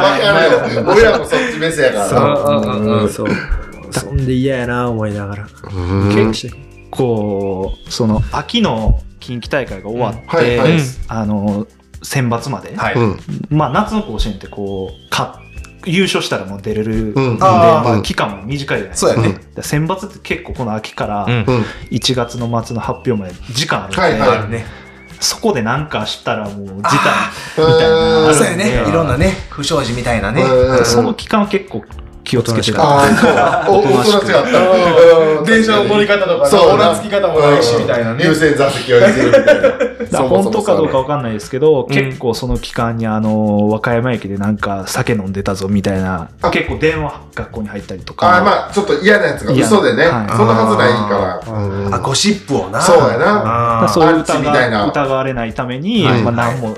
B: 分かるよ俺らもそっち目線やからな
A: うん
D: けですよそうそんで嫌やな思いながら
B: うん
C: 結こうその秋の近畿大会が終わって、
B: はいはい、
A: うん
C: あの選抜まで、
A: はい、
B: うん
C: まあ、夏の甲子園ってこうか優勝したらもう出れるん
B: う
C: で、
B: んうん
C: ま
B: う
C: あ、
B: ん
C: 期間も短いじゃないです
A: そう
C: か
A: やね、
B: うん
C: だから選抜って結構この秋から
A: うん
B: うん
C: 1月の末の発表まで時間あるんで、
B: はいはい
A: あるね
C: そこで何かしたらもう事
A: あ
C: あ
A: そうや
C: るんで
A: ねいろんなね不祥事みたいなね
B: うん
C: 態その期間は結構気をつけてた
B: ああ、お、おとなしかった。
A: 電車の乗り方とかね
B: そう
A: オラつき方もないしみたいなね
B: 優先座席を譲るみたいな。
C: だから本当かどうか
B: わ
C: わかんないですけど、
A: うん
C: 結構その期間にあの和歌山駅でなんか酒飲んでたぞみたいな
B: あ
C: 結構電話学校に入ったりとか
B: あーまあ、ちょっと嫌なやつが
C: 嫌
B: 嘘でね。そ
C: はい
B: んなはずないからうん
A: あゴシップをな
B: そうやな。
C: だ
A: あ
C: か
A: ー
C: らそういう
B: アンチみたい
C: 疑
B: な
C: 疑われないために、
B: はい
C: まあ、何も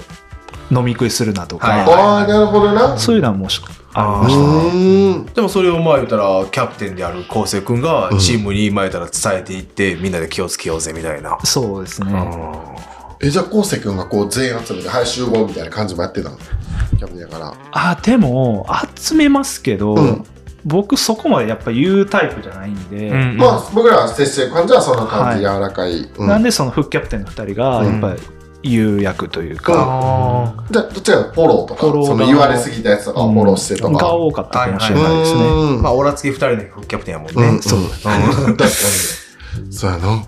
C: 飲み食いするなとか、
A: はい
B: ああ、なるほどな。
C: そういうのはもうしありましたね。
B: う
A: でもそれをまあ言ったらキャプテンである昴生君がチームに今言ったら伝えていってみんなで気をつけようぜみたいな、
C: そうですね、
B: ーんえ、じゃあ、こうせくんがこう全員集めて、はい、集合みたいな感じもやってたのキャプテンやから。
C: あでも集めますけど、
B: うん
C: 僕そこまでやっぱ言うタイプじゃないんで、
A: うん
B: まあ、僕らが接してる感じはそんな感じ、柔
C: は
B: らかい。うん
C: なんでその副キャプテンの2人が
B: うん
C: やっぱり有役というか、
A: あー
B: じゃあ、どっちかがフォローとか、
C: フォローが
B: その言われすぎたやつとかをフォローしてと
C: が
B: か。
C: 多かったかもしれ
A: う
C: ないですね。
B: うん
A: まあオラつき2人のキャプテンやもんね、
B: うんそう
A: うん
B: 確かに。 そうやな。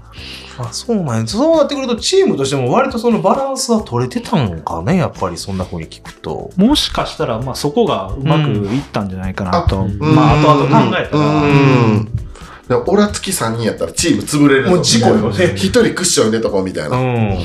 A: あそうなんやそうなってくるとチームとしても割とそのバランスは取れてたんかねやっぱりそんな風に聞くと
C: もしかしたら、まあ、そこがうまくいったんじゃないかなと、
D: うん
C: まあ、後々考えたら、
B: うんでもオラつき3人やったらチーム潰れるぞ
A: もう事故よね
B: 1人クッション入れとこうみたいな、
A: ん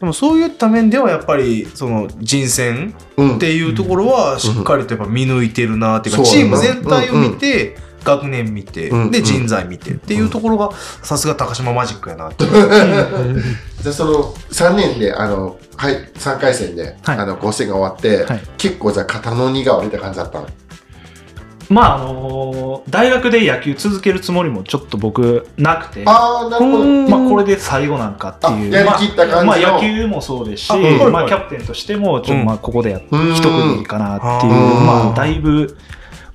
A: でもそういった面ではやっぱりその人選
B: うん
A: っていうところはしっかりとやっぱ見抜いてるなっていうか、
B: そう
A: チ
B: や
A: ー
B: な
A: ム全体を見て、学年見て、
B: うん
A: で
B: うん
A: 人材見てっていうところがさすが高島マジックやなって、
B: じゃあその3年であの、はい、3回戦で、
C: はい
B: あの甲子園が終わって、
C: はい
B: 結構じゃあ肩の荷が下りた感じだったの
C: まあ、あのー大学で野球続けるつもりもちょっと僕なくて、まあ、
B: ああなるほど
C: これで最後なんかっていう。
B: あやりきった感じの
C: まあ、まあ野球もそうですし、
A: あはいはい
C: まあ、キャプテンとしても、ちょっ
A: うん
C: とまあ、ここでやっ、
B: うん
C: 一区切りかなっていう、
A: うん
C: まあ、だいぶ、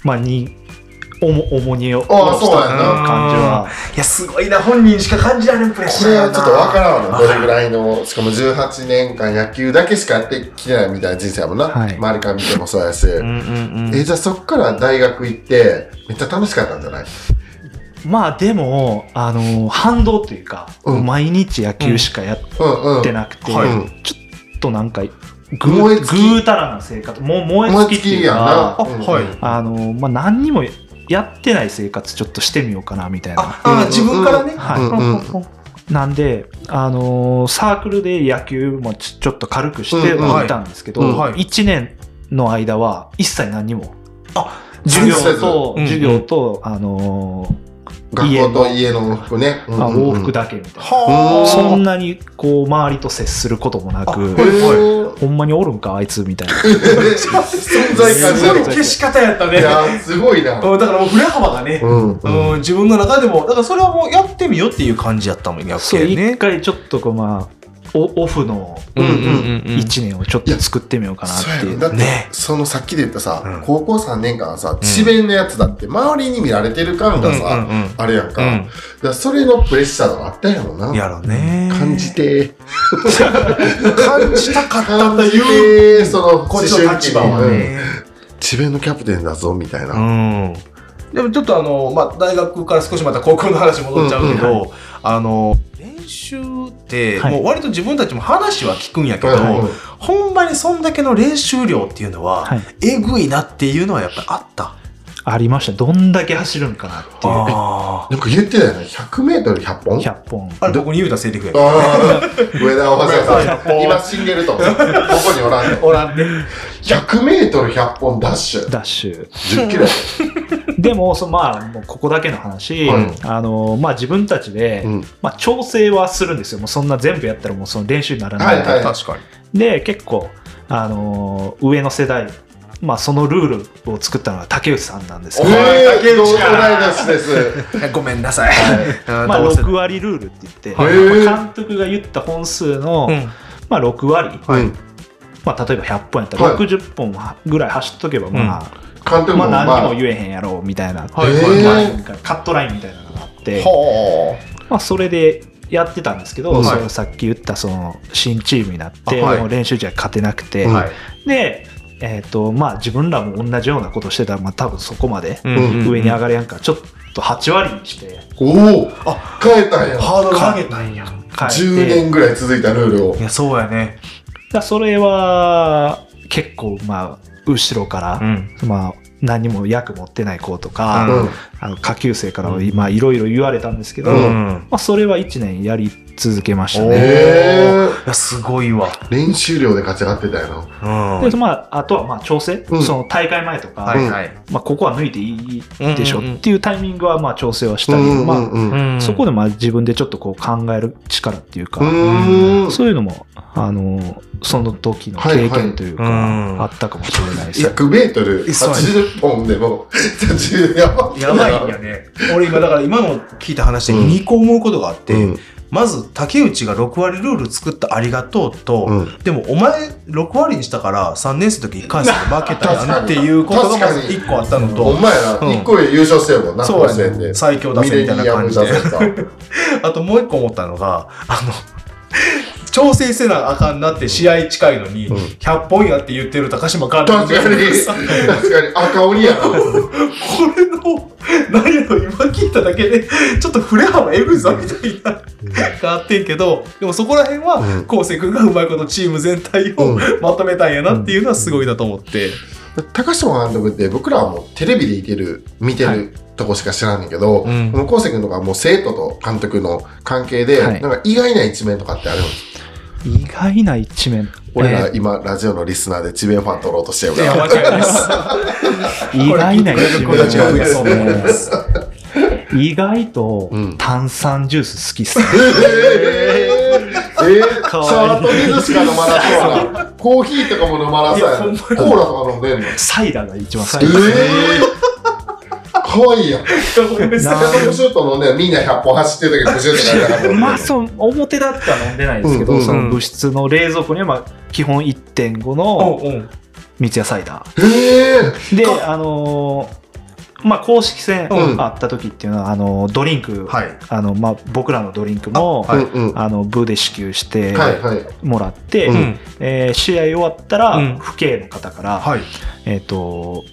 C: まあ、に、重重荷を下
B: あ
C: ろ
B: あ
C: し
B: そう
C: た
B: やな
C: 感じは、
A: いやすごいな本人しか感じられんプレッシ
B: こ
A: ャー
B: れ
A: や
B: は
A: な
B: ちょっとわからんわなどれぐらいのしかも18年間野球だけしかやってきてないみたいな人生やもんな、
C: はい
B: 周りから見てもそうやし、
A: うんうんうん
B: えじゃあそっから大学行ってめっちゃ楽しかったんじゃない
C: まあ、でも、あのー反動というか、
B: うん
C: 毎日野球しかやっ
B: うんうん
C: てなくて、
B: はい
C: ちょっとなんかぐ
B: 燃え
C: ー
B: 尽き
C: ぐうたらな生活もう燃え尽きっていう
B: あ
C: か
A: はい
C: あの、まあ、何にもやってない生活ちょっとしてみようかなみたいな
A: ああー自分からね、
C: はい
B: うんうん
C: なんで、あのーサークルで野球もちちょっと軽くして
B: うんうん
C: はいたんですけど、
B: うん
A: はい
C: 1年の間は一切何にも
A: あ
C: 授業と
A: 全然
C: 授業と、あのー
B: 学校と家の服ね。
C: まあ、往復だけみたいな。
B: うん。
C: そん
B: な。
C: なにこう周りと接することもなく、
B: 存
C: ほんまにおるんかあいつみたいな。
B: 在感
A: す
B: じ
A: ご
B: る
A: い消し方やった
B: い
A: ね。
B: や、すごいな。
A: うんだからもう振れ幅がね、
B: うん。
A: うん、自分の中でも、だからそれはもうやってみようっていう感じやったもん、やっ
C: そう一
A: ね。
C: 回ちょっとこうまあオオフの
B: うんうん
A: うん
C: 一年をちょっと作ってみようかなって
B: そう
C: い
B: や
C: う。
B: だって、
A: ね
B: そのさっきで言ったさ、
A: うん
B: 高校3年間はさ、智弁のやつだって、周りに見られてる感がさ、
A: うんうんうん
B: あれやんか。
A: うん
B: だからそれのプレッシャーがあったんやろな。
A: やろね。
B: 感じて、
A: 感じたかった
B: 感
A: と
B: じ
A: いう。
B: て、その、
A: こっちの立場はね。
B: うん智弁のキャプテンだぞ、みたいな。
A: うん。でもちょっとあの、まあ、大学から少しまた高校の話戻っちゃうけど、
C: うん
A: あの、練習って、
C: はい
A: もう割と自分たちも話は聞くんやけど、
B: はいはい
A: ほんまにそんだけの練習量っていうのは、
C: はい
A: えぐいなっていうのはやっぱりあった。
C: ありました。どんだけ走るんかなっていう。
A: あ
B: なんか言ってたよね、100メートル100本
C: 100本。
A: あれ僕に言うたセリフや。
B: あー上田大
A: 100
B: 橋さん、
A: 本
B: 今死んでると。ここにおらんの。
A: おらんね。
B: 100メートル100本ダッシュ。
C: ダッシュ
B: 10キロ。
C: でもそまあもうここだけの話、
B: はい
C: あのまあ、自分たちで、
B: うん
C: まあ、調整はするんですよもうそんな全部やったらもうその練習にならないので,、
B: はい
A: 確かに。
C: 結構、あの上の世代、まあ、そのルールを作ったのは竹内さんなんですけ
B: お
C: ど、
B: 前、同世代ですです。
A: ごめんなさい。
C: まあ、
A: どうせ
C: 6割ルールって言って、
B: はい
C: 監督が言った本数の、
A: うん
C: まあ、6割、
B: はい。
C: まあ、例えば100本やったら
B: はい
C: 60本ぐらい走っとけば、まあ
B: 監督も、
C: まあ、
B: まあ、
C: 何にも言えへんやろうみたいな、
A: はい
B: へー
C: ラインがカットラインみたいなのがあって。
A: は
C: まあ、それでやってたんですけど、
B: はい
C: そのさっき言ったその新チームになって、
A: あはい
C: もう練習じゃ勝てなくて、
B: うん
A: はい
C: で、えーとまあ、自分らも同じようなことしてたら、まあ、多分そこまで
A: あ。
B: うん
C: 上に上がれやんから、ちょっと8割にして
B: おお
A: あ
B: 変えたんや。
A: ハードル下げたんや。
C: 変えて
B: 10年ぐらい続いたルールを
A: い。や、そうやね。
C: だからそれは結構、まあ、後ろから、
A: ん。
C: まあ、何も役持ってない子と
B: う
C: か、
B: ん。
C: あの下級生からは今いろいろ言われたんですけど、
B: うん
A: ん。
C: まあ、それは1年やり続けました
A: おー
C: ね。
B: え
A: いや、すごいわ。
B: ー、練習量で勝ち上がってたやな。
A: うん
C: でまあ、あとはまあ調整、
B: うん
C: その大会前とか、
A: はいはい。
C: まあ、ここは抜いていいでしょ
A: うんうんうん
C: っていうタイミングはまあ調整はした
B: う
C: り、
B: ん
C: ま
B: うんうん。
C: あ、そこでまあ自分でちょっとこう考える力っていう
B: う
C: か、
B: ーん。
C: そういうのも、あのその時の経験というか、
A: はいはいうん
C: あったかもしれないですね。
B: 100メートル
A: そうや
B: 80本でも、80やば
A: やばいんやね。俺今、だから今の聞いた話で2個思うことがあって、
B: うん
A: まず竹内が6割ルール作ったありがとうと、
B: うん
A: でもお前6割にしたから3年生の時1回戦で負けたやんっていうことがまず1個あったの
B: ほん
A: と、
B: まや
A: うん
B: な。一個で優勝してるもんな、
A: そう
B: 甲子
A: や
B: 園で
A: ね。最強打線みたいな感じ
B: ミレニアム打
A: で。
B: 線か
A: あともう一個思ったのが、あの、調整せなあかんなって試合近いのに、
B: うん
A: 100本やって言ってる高島監督
B: 確かに、
A: さ
B: 確かに赤鬼やな。
A: これの、何やろ、今聞いただけで、ちょっと振れ幅エグいぞみたいな、があってんけど、でもそこら辺
B: う
A: は
B: ん、
A: こうせくんがうまいことチーム全体を
B: う
A: まとめたんやなっていうのはすごいなと思って。
B: 高島監督って僕らはもうテレビで見てる見てる、
C: はい
B: とこしか知らんねんけど、
A: うん
B: もう昴生君とかはもう生徒と監督の関係で、
C: はい
B: なんか意外な一面とかってあるの
C: 意外な一面。
B: 俺ら
C: え
B: 今ラジオのリスナーで智弁ファン取ろうとしてるから、
A: 間違いないです。
C: ー意外な一
A: これ
B: 違う
C: 面
B: やつ
C: そうです。意外と
B: うん
C: 炭酸ジュース好きっすね。
B: えー、えー、
C: かわいい
B: シャート水しか飲まなそうなコーヒーとかも飲まなそうや
A: いやほん
B: な
A: ま
B: コーラとか飲んでんのえ
C: サイダーが一番好き。
B: ー、かわいいやん
A: ごめんなさい
C: な
B: プシュッと飲んでみんな100本走ってる時にプシュッとかやった
C: まあそう表だったら飲んでないですけど、
B: うんうん
C: その部室の冷蔵庫にはまあ基本1.5の
A: うんうん
C: 三ツ矢サイダ
B: えー
C: ーであのーまあ公式戦
B: うん
C: あった時っていうのは、あのドリンク、
A: はい。
C: あのまあ、僕らのドリンクもあ、
B: うんうん
C: の部で支給して
B: はいはい
C: もらって、
B: うん
C: えー試合終わったら、
A: うん
C: 父兄の方から、
A: はい。
C: えっ、と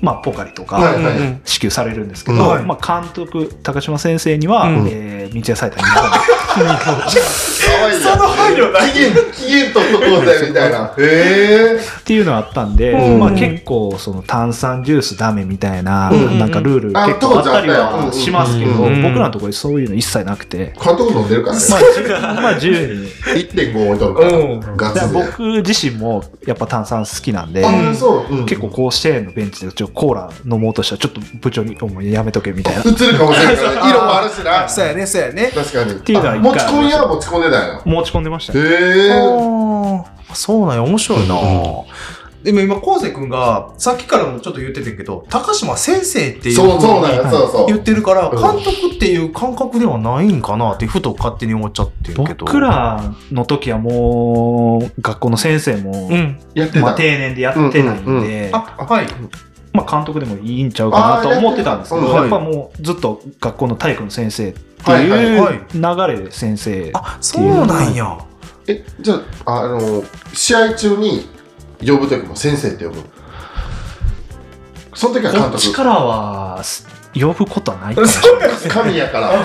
C: まあポカリとか、
B: はいううんん
A: う
B: うんん。
C: 支給されるんですけ
B: うん
C: ど、
A: はい
C: まあ、監督高島先生には、
A: うん
C: えー三ツ矢サイダー2本
B: 可愛い
A: その配慮ない
B: 期限、期限取っとこうぜ、みたいな。へえ。
C: っていうのあったんで、
A: うん
C: まあ、結構その炭酸ジュースダメみたいな,、
A: うん
C: なんかルール
B: あ
C: 結構あったり
B: 当時あったよう
C: は
B: ん
C: しますけど、
D: うん
C: 僕らのところにそういうの一切なくて、
B: 監督飲んでるからね。
C: まあ、じゅまあ自由に
B: 1.5置いとるから。
A: うん
B: ガ
C: だから
B: ツで。
C: 僕自身もやっぱ炭酸好きなんで、
B: あ、そう。うん
C: 結構甲子園のベンチでちょっとコーラ飲もうとしたらちょっと部長に「お前やめとけ」みたいな。っ
B: 映るかもしれないから、色もあるしな。
A: そうやね、そうやね。
B: 確かに。
C: ていうのは
B: 持
C: 一
B: ち
C: 回
B: 込みは持ち込んでたんや。
C: 持ち込んでましたね。
B: へえ。
A: あーそうなんや、面白いな。でも今、昴生君が、さっきからもちょっと言っててんけど、高島先生っていう
B: そうそう
A: 風
B: な
A: に
B: んや、そうそ
A: 言っ
B: う。
A: てるから、
B: うん
A: 監督っていう感覚ではないんかなって、ふと勝手に思っちゃってるけど。
C: 僕らの時はもう学校の先生も、
A: うん。
B: やって
C: まあ、
B: た。
C: 定年でやってないんで、
B: うんうん
A: あ、はい。
C: まあ、監督でもいいんちゃうかなと思ってたんですけど
B: あー
C: や
B: やっ
C: って
B: た
C: ぱもうずっと学校の体育の先生って
B: はいはい
A: はい
C: いう流れで先生
A: あ、そうなんや。
B: え、じゃあ、あの、試合中に呼ぶときも先生って呼ぶ。その時は監
C: こっち
B: 督。
C: からは呼ぶことはないかもしれない
B: 神やから。あ、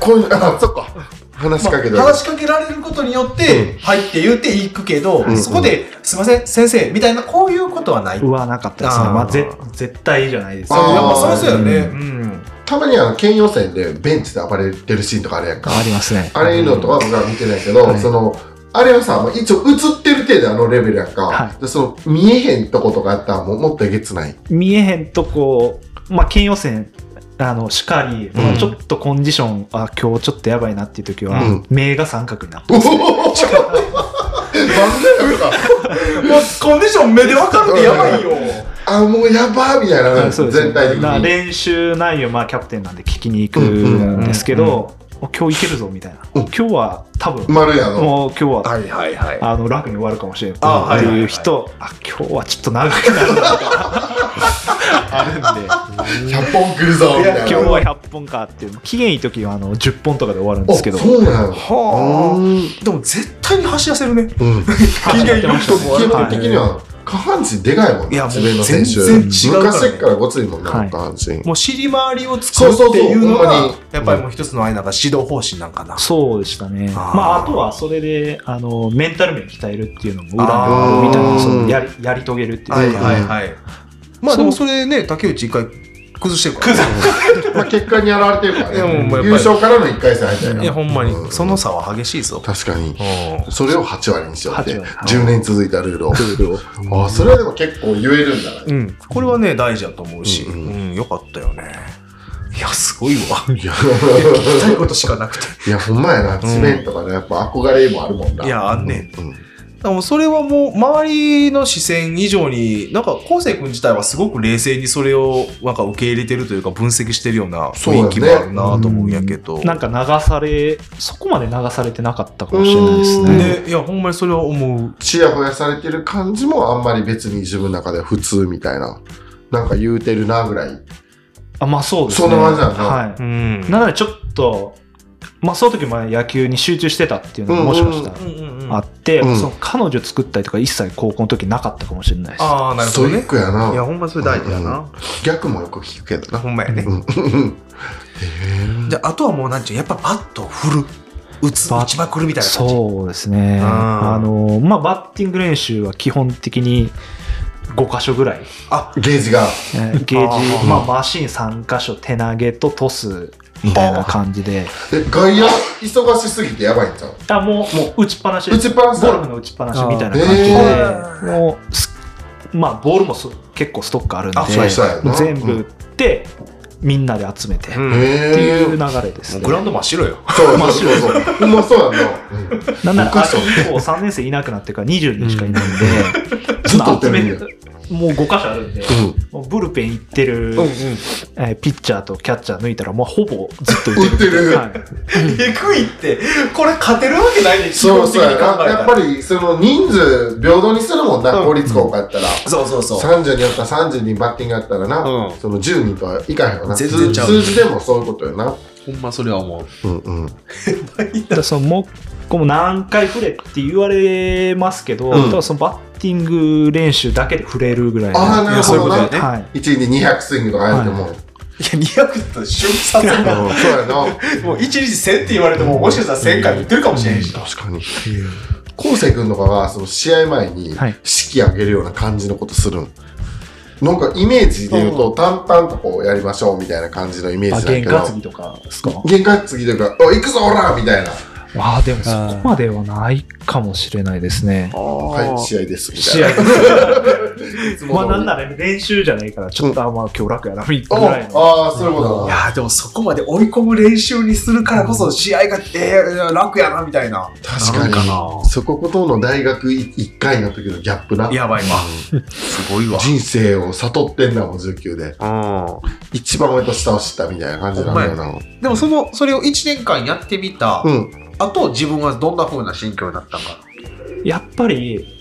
B: こういう、あ、そっか。話しかけてる。
A: 話しかけられることによって、はいって言って行くけど、
B: うん
A: そこで、すいません、先生、みたいな、こういうことはない。
C: うわなかったですね
A: あー
C: まあ、ぜ絶対じゃないです
A: そうやっ
B: あ
A: ぱ
B: ー
A: そりゃそうよね。
C: う
A: うん。
B: たまにあの、県予選でベンチで暴れてるシーンとかあるやんか。
C: ありますね
B: あれいうのとは僕は見てないけど、
C: はい
B: その、あれはさ、もう一応映ってる程度あのレベルやんか。
C: は
B: でその、見えへんとことかやったらもうもっとえげつない。
C: 見えへんとこまあ県予選あのしかり、まあ
A: うん
C: ちょっとコンディションあ今日ちょっとやばいなっていう時は、
B: うん
C: 目が三角になって
B: おおなんでやろか。
A: もうコンディション目で分かるってやばいよ。
B: あ、もうやばーみたいな、
C: あそうですね
B: 全体的
C: な
B: に。
C: 練習内容、まあ、キャプテンなんで聞きに行くんですけ
A: うんうん
C: ど、お今日いけるぞみたいな、
B: うん
C: 今日は多分、
B: 丸やの。
C: もう今日は、
A: はいはいはい。
C: あの楽に終わるかもしれんって
A: あはいはいはい
C: いう人、あ,、今日はちょっと長くなるな とかあるんで、
B: 100本来るぞみたいな。
C: 今日は100本かっていう、期限いい時はあの10本とかで終わるんですけど
B: お、そうなの。
A: は
B: う
A: あ。でも絶対に走らせるね。
B: ーんうん。
A: 機嫌良くとも
B: 基
A: 悪
B: 本的には下半身でかいもん
A: いや
B: な、
A: もう
B: 智弁の選手。
A: 全然違うからね
B: 昔っからごついもんな、
C: はい
B: 下半身。
A: もう尻回りを作るっていうの
B: そ
A: が
B: うそうそうほんまに
A: やっぱりもう一つの愛なんか指導方針なんかな。
C: そうでしたね、
A: あー
C: まあ、あとはそれであのメンタル面鍛えるっていうのも裏
A: あ
B: ー
C: みたいなそのやりやり遂げるっていうか、
A: はいはいはい。まあでもそれね竹内一回崩してるから。
B: まあ結果に現れてるか
A: いや
B: ら
A: もうやっぱ
B: ね。
A: り
B: 優勝からの1回戦敗退
A: いやほんま
B: う
A: にその差は激しいぞ。
B: 確かに。
A: う
B: それを8割にしようって。
C: 8割
B: 10年続いたルールを。ああ、それはでも結構言えるんじゃない
A: んうん、これはね大事だと思うし、う
B: うんんう
A: よかったよねいやすごいわ
B: いや、
A: 聞きたいことしかなくて
B: いやほんまやな。智弁とかね、やっぱ憧れもあるもんな。
A: いやあんねん
B: うん。
A: でもそれはもう周りの視線以上になんか昴生君自体はすごく冷静にそれをなんか受け入れてるというか分析してるような雰囲気もあるなと思うんやけど、
C: なんか流されそこまで流されてなかったかもしれないです
B: うん
C: ね。
A: ねいやほんまにそれは思う
B: ちやほやされてる感じもあんまり別に自分の中では普通みたいな。なんか言うてるなぐらい。
C: あまあそうですね。
B: そんな感じなんですね
C: は
A: ん
C: い。なのでちょっとまあその時も野球に集中してたっていうの
B: う
C: も
B: ん
C: もしかした
A: うんうんうん
C: らあって、
B: うん
C: その彼女作ったりとか一切高校の時なかったかもしれないです。
A: ああなる
B: ス
A: ほ
B: ト
A: どね。
B: イックやない
A: やほんまそれ大事だな、
B: 逆もよく聞くけどな。
A: ほんまやね、
B: うん うんへ
A: じゃああとはもうなんちゅうやっぱバットを振る打つ
C: バッ
A: 打ちまくるみたいな感じ
C: そうですね。
A: あー
C: あのまあバッティング練習は基本的に5箇所ぐらい、
B: えゲージが。
C: え ーゲージ
A: あー
C: まあマシン3箇所手投げとトスみたいな感じで、
B: え、外野、忙しすぎてやばいんちゃう
C: あもうもう打ちっぱなしで
B: 打
C: す
B: ちっぱなし
C: ゴ
B: だ
C: ルフの打ちっぱなしみたいな感じ
B: あ
C: で、もうすまあ、ボールもす結構ストックあるんで
A: あそうや
B: そうやな
C: 全部打って、みんなで集めてっ
A: うん
B: へ
C: ていう流
B: え。
C: れです
A: もう
C: ね、
A: グラウンド真っ白よ
B: そうそうそうそう。ほんまそうやんな。うん
C: なんなら
B: おか
C: あ
B: し
C: と
B: い
C: 以降3年生いなくなってから20人しかいないん で、
B: ずっと打ってるんや
C: 集めもう5箇所あるんで、もうブルペン行ってる、えーピッチャーとキャッチャー抜いたら、もうほぼずっと打ってる。
B: 打
C: はい
A: えぐいって これ勝てるわけないね
B: そうそうや
A: 基本的に
B: な。
A: 考えた
B: や
A: ら
B: っぱり、その人数平等にするもんな、公立高校やったら。
A: そうそうそう
B: 30人やったら30人バッティングやったらな、
A: うん
B: その10人とはいかへんよな
A: 全
B: 数
A: 然ちゃう
B: 数字でもそういうことよな
A: ほんまそれは思う
B: うんうん
C: だからそのもうこう何回振れって言われますけど、
B: うん
C: ただそのバッティング練習だけで振れるぐらいの
B: ああなるほど
A: いやそういうことや
B: な
A: ね
C: はい、
B: 1位に200スイングとかやっても、
A: や、200って瞬殺だな。
B: そうやな。
A: もう1日1000って言われても、もしかしたら1000回言ってるかもしれんしな。
B: 確かに。昴生君とかは、その試合前に、
C: はい
B: 式上げるような感じのことするん。なんかイメージで言うと、淡々とこうやりましょうみたいな感じのイメー
C: あ
B: ジだけ
C: 験
B: ど。
C: 担ぎとかですか
B: 験担ぎというか、おい、行くぞ、おらみたいな。
C: ああ、でもそこまではないかもしれないですね。
B: はい、試合です、みたい
C: 試
B: な。
C: 合。
B: いつも 通り
C: まあなんなら練習じゃないから、ちょっとあんまあ今日楽やな、みたい
B: お
C: な。
B: ああ、そういうこと
A: い
B: だ
A: や
B: な。
A: ーでもそこまで追い込む練習にするからこそ試合が、えー、楽やなみたいな。
B: 確かに
A: なるか
B: そことの大学1回の時のギャップな。
A: なやばいわ。すごいわ
B: 人生を悟ってんだもん、19で。
A: う
B: 一番上と下を知ったみたいな感じなんだよな。
A: ん。でもその、それを1年間やってみた、
B: うん。
A: あと自分はどんな風な心境だったのか。
C: やっぱり、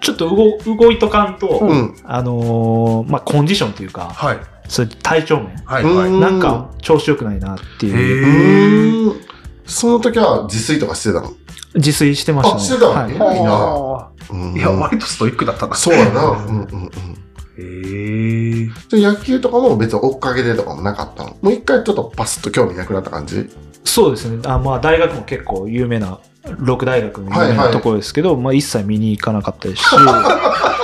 C: ちょっと動動いとかんと、
B: うん。
C: あのーまあコンディションというか、
A: はい。
C: そういう体調面、
A: は
B: うーん
C: なんか、調子良くないなっていう、
B: う
A: へ
B: ーん。その時は自炊とかしてたの
C: 自炊してましたね。
B: あしてたの
C: はい
B: え
A: ー。
B: 偉い
A: い
B: な。
A: や、割とストイックだったな。
B: そうやな。うんうんうん。
A: へー。
B: で野球とかも別に追っかけてとかもなかったのもう一回ちょっとパスッと興味なくなった感じ
C: そうですね。あまあ大学も結構有名な、六大学の有名
B: はいは
C: ないところですけど、まあ一切見に行かなかっ たですし、ま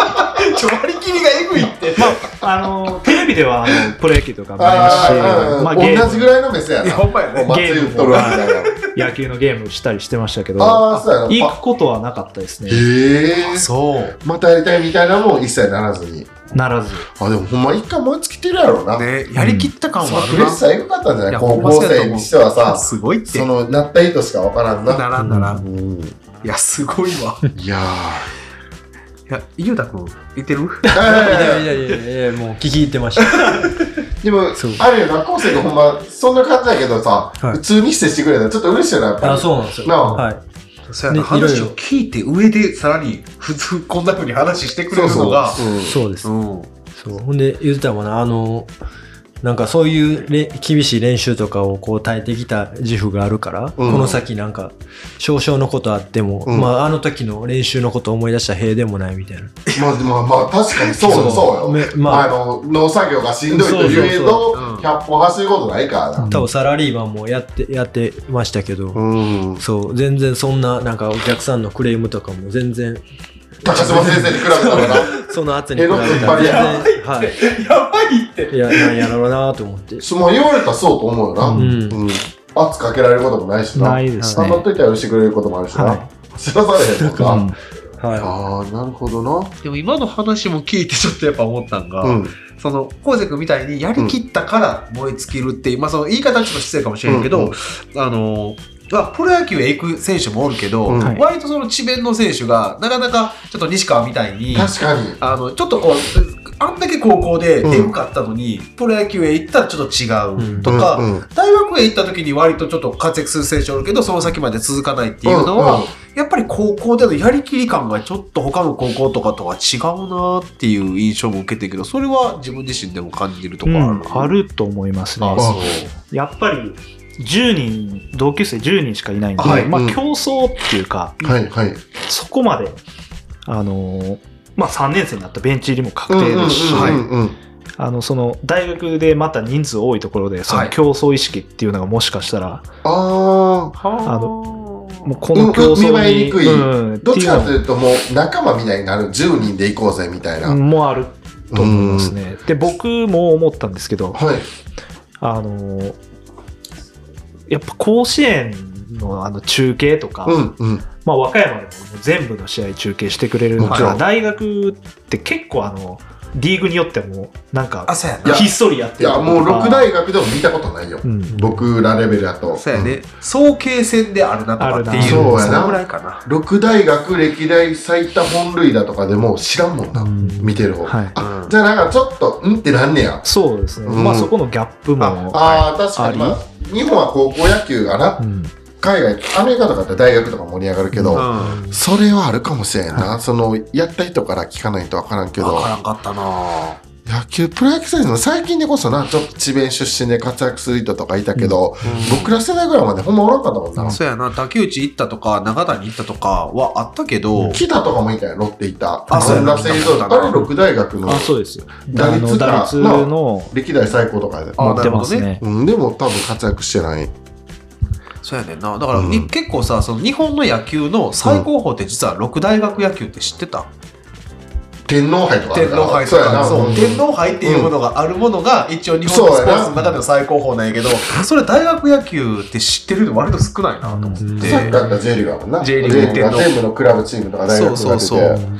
A: ちょ、割り切りがエグいって。
C: あ、あのーテレビではあのプロ野球とか見ますし、まあゲ
B: 同
C: ー
B: じ
C: ム
B: ぐ、らいの目線や
A: いや、
B: な。
A: ほんまや
B: もう
A: ね。
B: 祭り打っとるわみたいな。
C: 野球のゲームしたりしてましたけど、
B: ああ、そうや
C: 行
B: な。
C: くことはなかったですね。
B: へえ。
A: そう。
B: またやりたいみたいなのも一切ならずに。
C: ならず。
B: あ、でもほんま一回燃え尽きてるやろうな。
A: ね、やりきった感
B: そ
A: は
B: の
A: あ
B: プ
A: る
B: レッ
A: な。
B: シャー良かったんじゃ
A: い
B: な
A: や
B: い高
A: ほんま
B: 校
A: そうやと
B: 生
A: 思う
B: にしてはさ、
A: すごいって
B: そ。の、なった人しかわからん
A: な
B: な。
A: らんなら。
B: うんん。い
A: いや、すごいわ。
B: や
A: いや、ゆうたくん、いてる
D: いや
B: ー。
D: いやいやいやいや、もう聞き入ってました。
B: でも
D: そう、
B: あるよな、高校生がほんま、そんな感じだけどさ、
D: はい
B: 普通にしてしてくれたらちょっと嬉しいよな、やっぱり。
D: あ、そうなんですよ。
B: なあ
D: はい。
A: そうやな、
D: ねいろい
A: 話
D: ろ
A: を聞いて上でさらに普通こんな風に話してくれる
B: そう
A: の
B: そう。
A: が
B: うん
D: そうです。
A: うん
D: そう。ほんで、言ってたもんな、あの、なんかそういうれ厳しい練習とかをこう耐えてきた自負があるから、この先なんか少々のことあっても、
B: うん
D: まああの時の練習のことを思い出したら塀でもないみたいな。
B: まあ、まあ、まあ、確かにそうそうそうよ。
D: めま
B: あ、
D: あ、
B: の、農作業がしんどいと言え
A: そうそうそう
B: ど
A: う、ん
B: 100本走ることないからな。
D: 多分サラリーマンもやって、やってましたけど、
B: うん。
D: そう、全然そんな、なんかお客さんのクレームとかも全然、
B: 高島先生に比べたらな。
D: その圧に比べたら
B: え
D: 全然、
B: の
D: は
A: やばいって
D: い。いや、なんやろうなと思って。
B: 質問言われたらそうと思うよな。う
C: う
B: んん。圧かけられることもないしな。
C: ないです
B: 頑張っ
C: ね。
B: といたらしてくれることもあるしな。
C: は
B: 知らされへんも
C: う
B: んな。
C: ん
B: あ
D: は
B: あ、なるほどな。
A: でも今の話も聞いてちょっとやっぱ思ったんが、
B: うん。
A: その昴生君みたいにやりきったから燃え尽きるっていう、まあその言い方はちょっと失礼かもしれんけど、
B: うん
A: あのまあプロ野球へ行く選手もおるけど、
B: うん
C: はい
A: 割とその智弁の選手がなかなかちょっと西川みたいに
B: 確かに。
A: あのちょっとこうあんだけ高校でエグかったのに、プロ野球へ行ったらちょっと違うとか、
B: うんうん
A: 大学へ行った時に割とちょっと活躍する選手おるけどその先まで続かないっていうのは、
B: うんうん
A: やっぱり高校でのやりきり感がちょっと他の高校とかとは違うなっていう印象も受けてるけどそれは自分自身でも感じると
C: う
A: こある、
C: ん、あると思いますね
A: あ。そう
C: やっぱり10人、同級生10人しかいないんで、
A: はい
C: まあ
B: うん
C: 競争っていうか、
B: はい、はい。
C: そこまで、あのーまあ3年生になったベンチ入りも確定ですし、
A: うんうん
B: うんうんうん
C: あのその大学でまた人数多いところでそ
A: は
C: の
A: い
C: 競争意識っていうのがもしかしたら、
B: ああ、
C: あのもうこ
B: う
C: の
B: ん
C: 競
B: 見
C: 争
B: 栄え
C: に、
B: にくい
C: うん
B: どっちかと
C: っ
B: いうともう仲間みたいになる。10人で行こうぜ、みたい
C: て
B: な。
C: いうのもあると思いますね。で僕も思ったんですけど、
B: はい。
C: あのーやっぱ甲子園のあの中継とか、
B: うん、うん。
C: まあ、和歌山でも全部の試合中継してくれるの
B: もちろ
C: が
B: ん
C: 大学って結構あのリーグによってもなん
A: あ
C: か
A: そうや
B: いや
A: な
C: ひっそりや
B: い
C: ってる
B: や、
C: とこ
B: もう
C: ろが
B: 六大学でも見たことないよ
C: う。ん、
B: 僕らレベルだと。
A: そうやね総慶戦であるなとかっていう
C: ある
B: なそうやな
A: のぐらいかな
B: 六大学歴代最多本塁打とかでも知らんもんな、
C: うん
B: 見てる方、
C: はい
B: あじゃあなんかちょっとんってなんねや
C: そうですね、
B: うん
C: まあそこのギャップも、
B: ああ確かに、
C: あり
B: まあ、日本は高校野球がな
C: うん
B: 海外アメリカとかって大学とか盛り上がるけど、
A: うん
B: それはあるかもしれんな、そのやった人から聞かないと分からんけど
A: 分からんかったな
B: 野球、プロ野球選手も最近でこそな、ちょっと智弁出身で活躍する人とかいたけど、僕ら世代ぐらいまでほんまおらんかったもんな。
A: そうやな、竹内行ったとか、長谷行ったとかはあったけど、
B: 北とかもいたよ、ロッテいた。
A: あそうや
B: 本田製造あれ六大学の
C: あ、そうですよ。
B: 打
C: あ
B: 率
C: の
B: が
C: 打率の
B: 歴代最高とかで。
A: あ
C: 持ってます
A: な
C: ね。
B: うん、でも多分活躍してない。
A: そうやねんな。だから、
B: うん
A: に結構さ、その日本の野球の最高峰って実は六大学野球って知ってた、
B: 天皇杯とかあ
A: 天
B: るから
A: 皇杯と
B: そうやな。
A: か、そう
B: うん
A: 天皇杯っていうものがあるものが、一応日本のスポーツの中での最高峰なんやけど、それ大学野球って知ってるの割と少ないなと思って。
D: うん
B: サッカーが J リーグだもんな。
A: J リーグ
B: が全部のクラブチームとか大学とか出て
A: そうそうそうま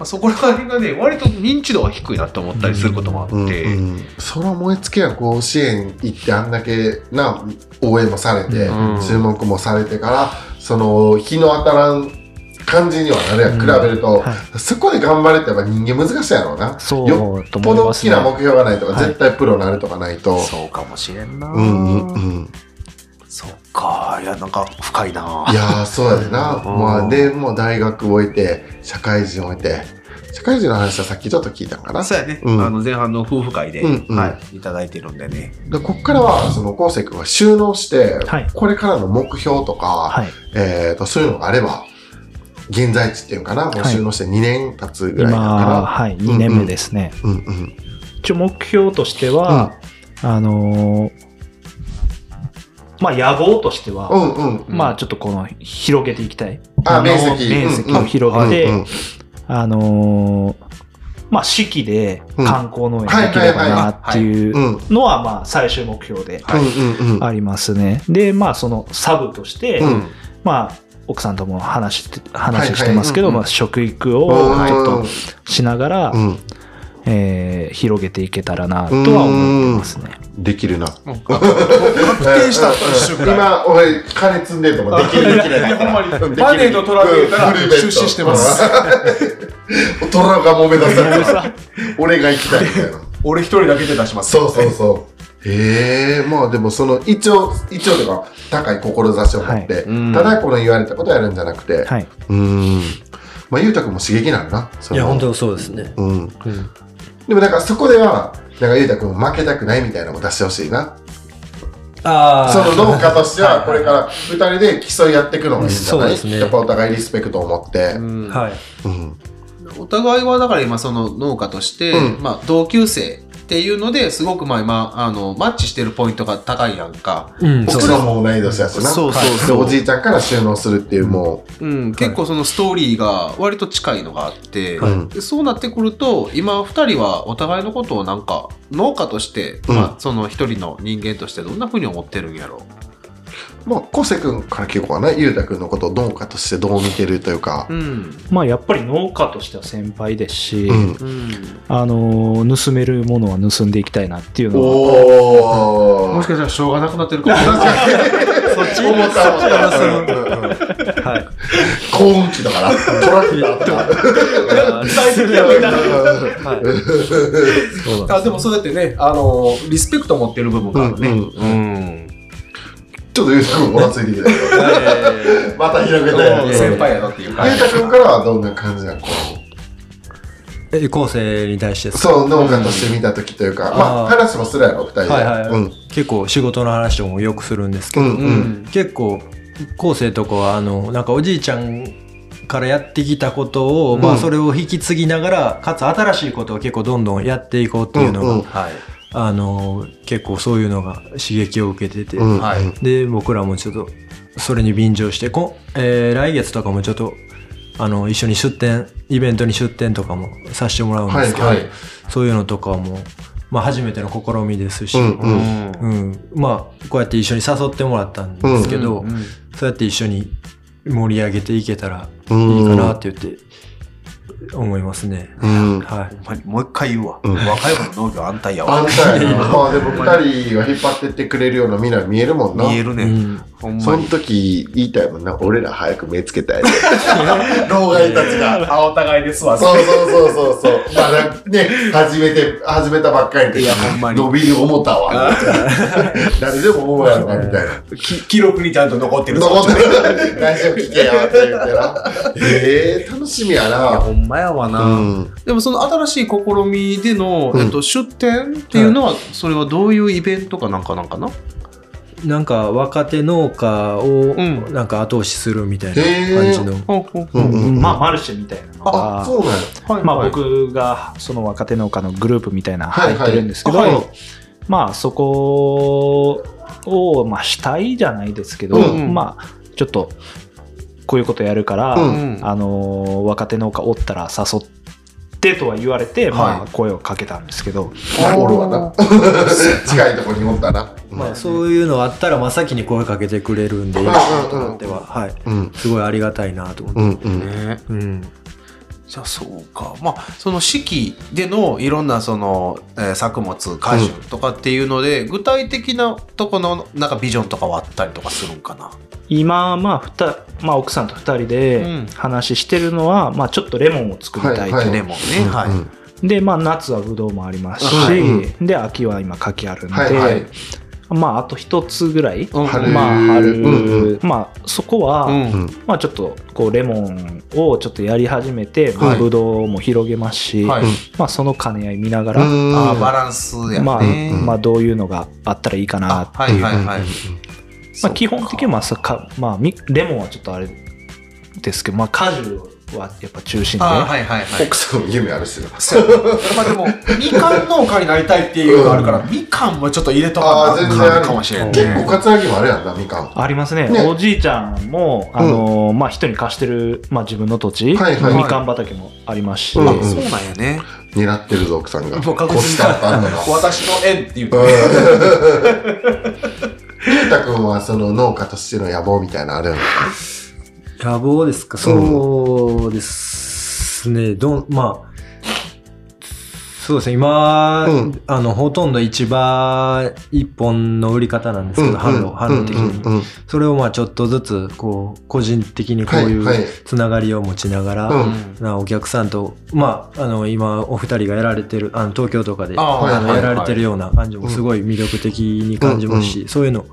A: あそこら辺がね、割と認知度が低いなって思ったりすることもあって、
B: うんうん、そら燃え尽きや甲子園行ってあんだけな応援もされて、
A: うん
B: 注目もされてからその日の当たらん感じにはなるやん、比べると、
C: は
B: そこで頑張れってやっぱ人間難しいやろうな
C: そう
B: よ
C: と
B: よっぽ
C: 思い
B: ど
C: ま
B: 大
C: す
B: き
C: ね
B: な目。標がないとか、
C: はい
B: 絶対プロになるとかないと
A: そうかもしれんな、
B: うんうんうん
A: そっか、いや、なんか深いない
B: やーそうやで な、
A: うん
B: まあ、でもう大学終えて社会人終えて社会人の話はさっきちょっと聞いたんかな
A: そうやね、
B: うん
A: あの前半の夫婦会で、
B: うんうん
A: はい、いただいてるんでね。
B: でこっからはその昴生君が収納して、
C: はい
B: これからの目標とか、
C: はい。
B: えー、とそういうのがあれば現在地っていうんかなもう
C: はい
B: 収納して2年経つぐらいだ
C: 今、
B: か
C: はい、2年目ですね。
B: ら、うんうん
C: 一応目標としては、あのーまあ野望としては、
B: うんうん
C: まあちょっとこの広げていきたい。
B: あ
C: の
B: 面積
C: 面積を広げて、あのーまあ四季で観光農園できればなっていう
B: うんうん
C: のはまあ最終目標で
B: うんうんうん
C: ありますね。で、まあそのサブとして、
B: うん
C: まあ奥さんとも話して話してますけ
A: はいはいうん
C: ど、
A: うん
C: まあ食育を
B: うん
C: ちょっとしながら、
B: うん
C: えー広げていけたらなとは思ってますね。
B: できるな
A: もう確定したと一緒くらい。
B: 今俺金積んでると思うできるできないから
A: いやほんまにマネーの虎で言うたら出資してます
B: トラがもめ出された俺が行きたいみたいな
A: 俺一人だけで出します。
B: そうそうそう。へえまあでもその一応一応というか高い志を持って、
A: いうん
B: ただこの言われたことをやるんじゃなくて、
C: はい。
B: うーんまあゆうたくんも刺激なんだない
D: や、本当
B: に
D: にそうですね。
B: うんでもなんかそこではなんかゆうたくんも負けたくないみたいなのも出してほしいな
D: あ
B: その農家としてはこれから2人で競い合っていくのがいいんじゃない
D: そうですね
B: やっぱお互いリスペクトを持って
A: うん
D: はい。
B: うん
A: お互いはだから今その農家として、
B: うん
A: まあ同級生っていうのですごくまあ今あのマッチしてるポイントが高いやんか、
D: うん、
B: 僕らも同い年やしな
A: そうそうそう
B: でおじいちゃんから収納するっていうも
A: うん、結構そのストーリーが割と近いのがあって、
B: はい
A: でそうなってくると今2人はお互いのことをなんか農家として、
B: うん
A: まあ、その一人の人間としてどんなふうに思ってるんやろ
B: うまあ昴生君から聞こうかなゆうたくんのことを農家としてどう見てるというか
A: う、うん
C: まあやっぱり農家としては先輩ですし、
B: うん
A: うん
C: あのー盗めるものは盗んでいきたいなっていうのは、
B: お
A: も
B: お
A: し。かしたらしょうがなくなってるかもしれない
B: そっち思った思った。
D: はい。
B: 高音機だから。トラクターとか。
D: そうだ。
A: あでもそうやってね、あのリスペクト持ってる部分があるね。
B: うん
A: うん
B: ちょっとゆうたくんもらついてきたよ。また広げて。
A: 先輩やなっていうか。
B: ゆうたくんからはどんな感じなのこう
D: え、後世に対してですか
B: そう、農家として見た時というか、まあ
D: あー
B: 話もするやろ、二人で。
D: はいはい
B: うん。
D: 結構仕事の話とかもよくするんですけ
B: う
D: ど、
B: んうん。
D: 結構後世とかはあのなんかおじいちゃんからやってきたことを、
B: う
D: ま
B: ん
D: あ、それを引き継ぎながらかつ新しいことを結構どんどんやっていこうっていうのが、
B: うんうん
A: はい。
D: あの結構そういうのが刺激を受けてて、
B: うん
A: は
B: うん
A: い。
D: で僕らもちょっとそれに便乗してこ、えー来月とかもちょっとあの一緒に出店イベントに出店とかもさせてもらうん
B: は
D: で
B: い
D: すけど、
B: はい。
D: そういうのとかも、まあ、初めての試みですし、
B: うんうん
D: うんまあこうやって一緒に誘ってもらったんですけど、
A: うん
D: そうやって一緒に盛り上げていけたら
B: う
D: い
B: ん
D: いかなって言って、思いますね。
B: うん。
D: はい。
A: ほんまにもう一回言うわ。
B: うん
A: 若い子の農業安泰や
B: あ
A: わ
B: ん。たやな。まあでも二人が引っ張ってってくれるような未来見えるもんな。
A: 見える
D: う
A: ね。
D: ん
A: ほん
B: そ
A: ま
B: の
A: に。
B: 時言いたいもんな、俺ら早く目つけたい。老害たち が。
A: あ、お互いですわ。
B: そうそうそうそうそう。まだね、始めて、始めたばっかりの時
A: いやほんまに
B: 伸びる思ったわ。 誰でも思うやろな、みたいな。
A: き記録にちゃんと残ってるぞ。
B: 残ってる。 大丈夫聞けよって言ってな。ええ楽しみや
A: いや
B: な。
A: ほんまやわな、
B: うん。
A: でもその新しい試みでの、
B: うん
A: えっと、出展っていうのは、それはどういうイベントかなんかなんかな
D: なんか若手農家を
A: ん
D: なんか後押しするみたいな感じの、
B: うんうんうん
C: まあ、マルシェみたいなのが
B: あ、そうなんや。
A: はい
C: まあ、僕がその若手農家のグループみたいなの入ってるんですけど、
B: はいはい
C: まあそこを、まあ、主体じゃないですけど、
A: うん
C: まあちょっとこういうことやるから、
B: うん
C: あのー若手農家おったら誘ってとは言われて、ま
B: は
C: あ、声をかけたんですけど、
B: おるわな。近いとこにおったな。
D: まあ、そういうのあったら真っ先に声かけてくれるんで、
B: うん
D: 今となっては、はい、
B: うん。
D: すごいありがたいなと思って。
B: うんうん。
A: ね
D: うん
A: じゃあそうかまあその四季でのいろんなその、えー作物果樹とかっていうので、具体的なとこのなんかビジョンとかはあったりとかするんかな
C: 今、まあふたまあ、奥さんと2人
A: うん
C: で話してるのは、まあ、ちょっとレモンを作りたいと、
B: はい
A: レモンね、はい、
B: うん
C: で、まあ、夏はブドウもありますし、
A: はい
C: で秋は今柿あるんで、
B: はいはい。
C: まあ、あと1つぐらい、
A: うん
B: 春
C: まあ、春、
B: うんう
C: まあ、そこは、
A: うん
B: うん
C: まあ、ちょっと、こう、レモンをちょっとやり始めて、まあ
B: はい
C: ぶどうも広げますし、
A: はい、
C: まあ、その兼ね合い見なが
B: う
C: ら、
B: ん
A: あーバランスやね、
C: まあ、
B: うん
C: まあ、どういうのがあったらいいかなっていう。
A: はいはい
C: まあ、基本的には、まあそっか、まあ、みレモンはちょっとあれですけど、まあ、果樹はやっぱ中心で、
A: あーはいはいはい
B: 奥さんも夢あるしな。
A: まあでも、みかん農家になりたいっていうのがあるから、みかんもちょっと入れとかなあかんかもしれない、
B: 結構
A: ね。
B: カツアゲもあれやんな、みかん。
C: ありますね
B: ね
C: おじいちゃんも、あのーまあ、人に貸してる、まあ、自分の土地、
B: はいはい
C: みかん畑もありますし、
B: うん
A: あそうなんやね。
B: 狙ってるぞ、奥さんが。
A: もう確
B: こっ
A: 実
B: ち
A: に
B: だったんだな。
A: 私の縁っていう
B: う
A: か
B: ん。ゆうたくんはその農家としての野望みたいなのあるやん
D: 野望ですか、そうですね、どん、まあ、そうですね、今、
B: うん
D: あの、ほとんど市場一本の売り方なんですけど、販路、販路的に。
B: うんうん
D: それをまあちょっとずつ、こう、個人的にこう
B: はいいはいう
D: つながりを持ちながら、
B: うん
D: なお客さんと、まあ、あの今お二人がやられてるあの東京とかで
A: あ
D: あ
A: はい
D: の
B: はい
D: やられてるような感じもすごい魅力的に感じますし、そういうの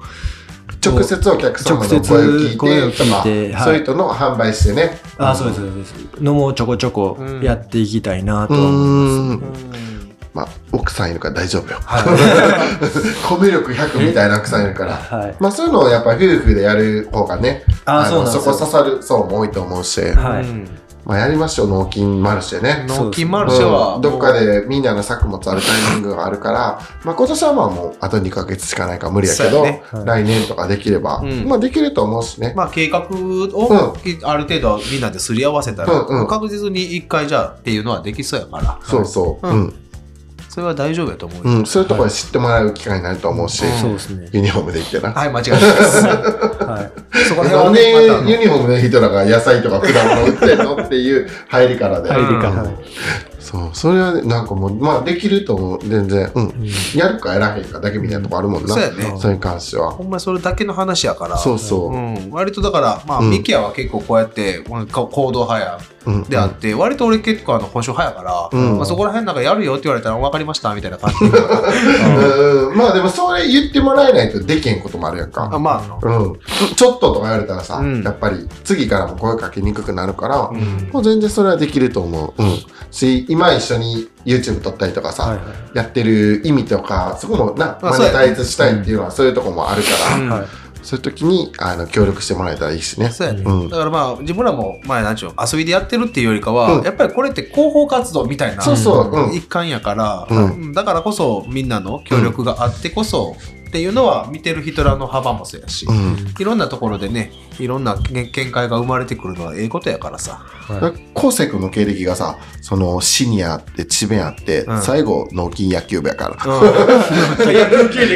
B: 直接お客様の声を聞いて
D: 声を聞いて
B: とか
D: はい
B: そういう人の販売してね
D: あそうですそうですのもちょこちょこやっていきたいなと
B: う
D: は思います、
B: ーんまあ奥さんいるから大丈夫よ 米力100みたいな奥さんいるから
D: はい
B: まあそういうのをやっぱ夫婦でやる方がね
D: あ
B: あ
D: そう
B: の
D: なん
B: そ
D: です
B: こ
D: よ
B: 刺さる層も多いと思うし
D: はい
B: まあやりましょう納金マルシェね
A: 納金マルシェは、
B: うんどっかでみんなの作物あるタイミングがあるから、まあ、今年はまあもうあと2ヶ月しかないから無理やけ
A: そう
B: ど、
A: やね
D: はい
B: 来年とかできれば、
A: うん
B: まあできると思うしね。
A: まあ、計画をきある程度みんなですり合わせたら、
B: うんうん
A: 確実に一回じゃあっていうのはできそうやから、
B: そうそう、
A: う
B: うん、
A: それは大丈夫やと思うよ、
B: うん、そういうところで知ってもらう機会になると思うし、
A: うん
D: そうですね
B: ユニフォームでいってな。
A: はい、間違いないです。
D: はい
A: そこら辺
B: な
A: は
B: んで
A: ね、またあの
B: ユニフォームの人らが野菜とか果物売ってんのっていう入りからで。
C: 入りか、
B: うん
D: はい
B: そう、それはねなんかもう、まあできると思う、全然。うん。
D: うん
B: やるかやらへんかだけみたいなとこあるもんな。
A: そうやね。
B: それに関しては。
A: ほんまにそれだけの話やから。
B: そうそう。
A: うん、割とだから、まあ、
B: うん
A: ミキアは結構こうやって、この行動派や
B: うん
A: であって、割と俺結構あの保証派やから、
B: うん
A: まあ、そこら辺なんかやるよって言われたら分かりましたみたいな感じで
B: うんまあでもそれ言ってもらえないとできへんこともあるやん
A: あ
B: か。
A: まああの、
B: うん、ちょっととか言われたらさ、
A: うん
B: やっぱり次からも声かけにくくなるから、
A: うん
B: もう全然それはできると思う、うん、し今一緒に YouTube 撮ったりとかさ、
D: はい
B: やってる意味とかそこもな
A: あ
B: マ
A: そう
B: ネ
A: や
B: タイズしたいっていうのはそういうとこもあるから、
A: うん
D: はい
B: そういう時にあの協力してもらえたらいいしね。
A: そうやね、
B: うん
A: だからまあ自分らもまあなんちゅうの遊びでやってるっていうよりかは、
B: うん
A: やっぱりこれって広報活動みたいな
B: そうそううん
A: 一環やから、
B: うん
A: うんだからこそみんなの協力があってこそ、っていうのは見てる人らの幅もそうやし、
B: うん
A: いろんなところでねいろんな見見解が生まれてくるのはええことやからさ
D: はい
B: 昴生君の経歴がさそのシニアって智弁あって、
A: うん
B: 最後納金野球部やから
A: 野球経
B: 野球経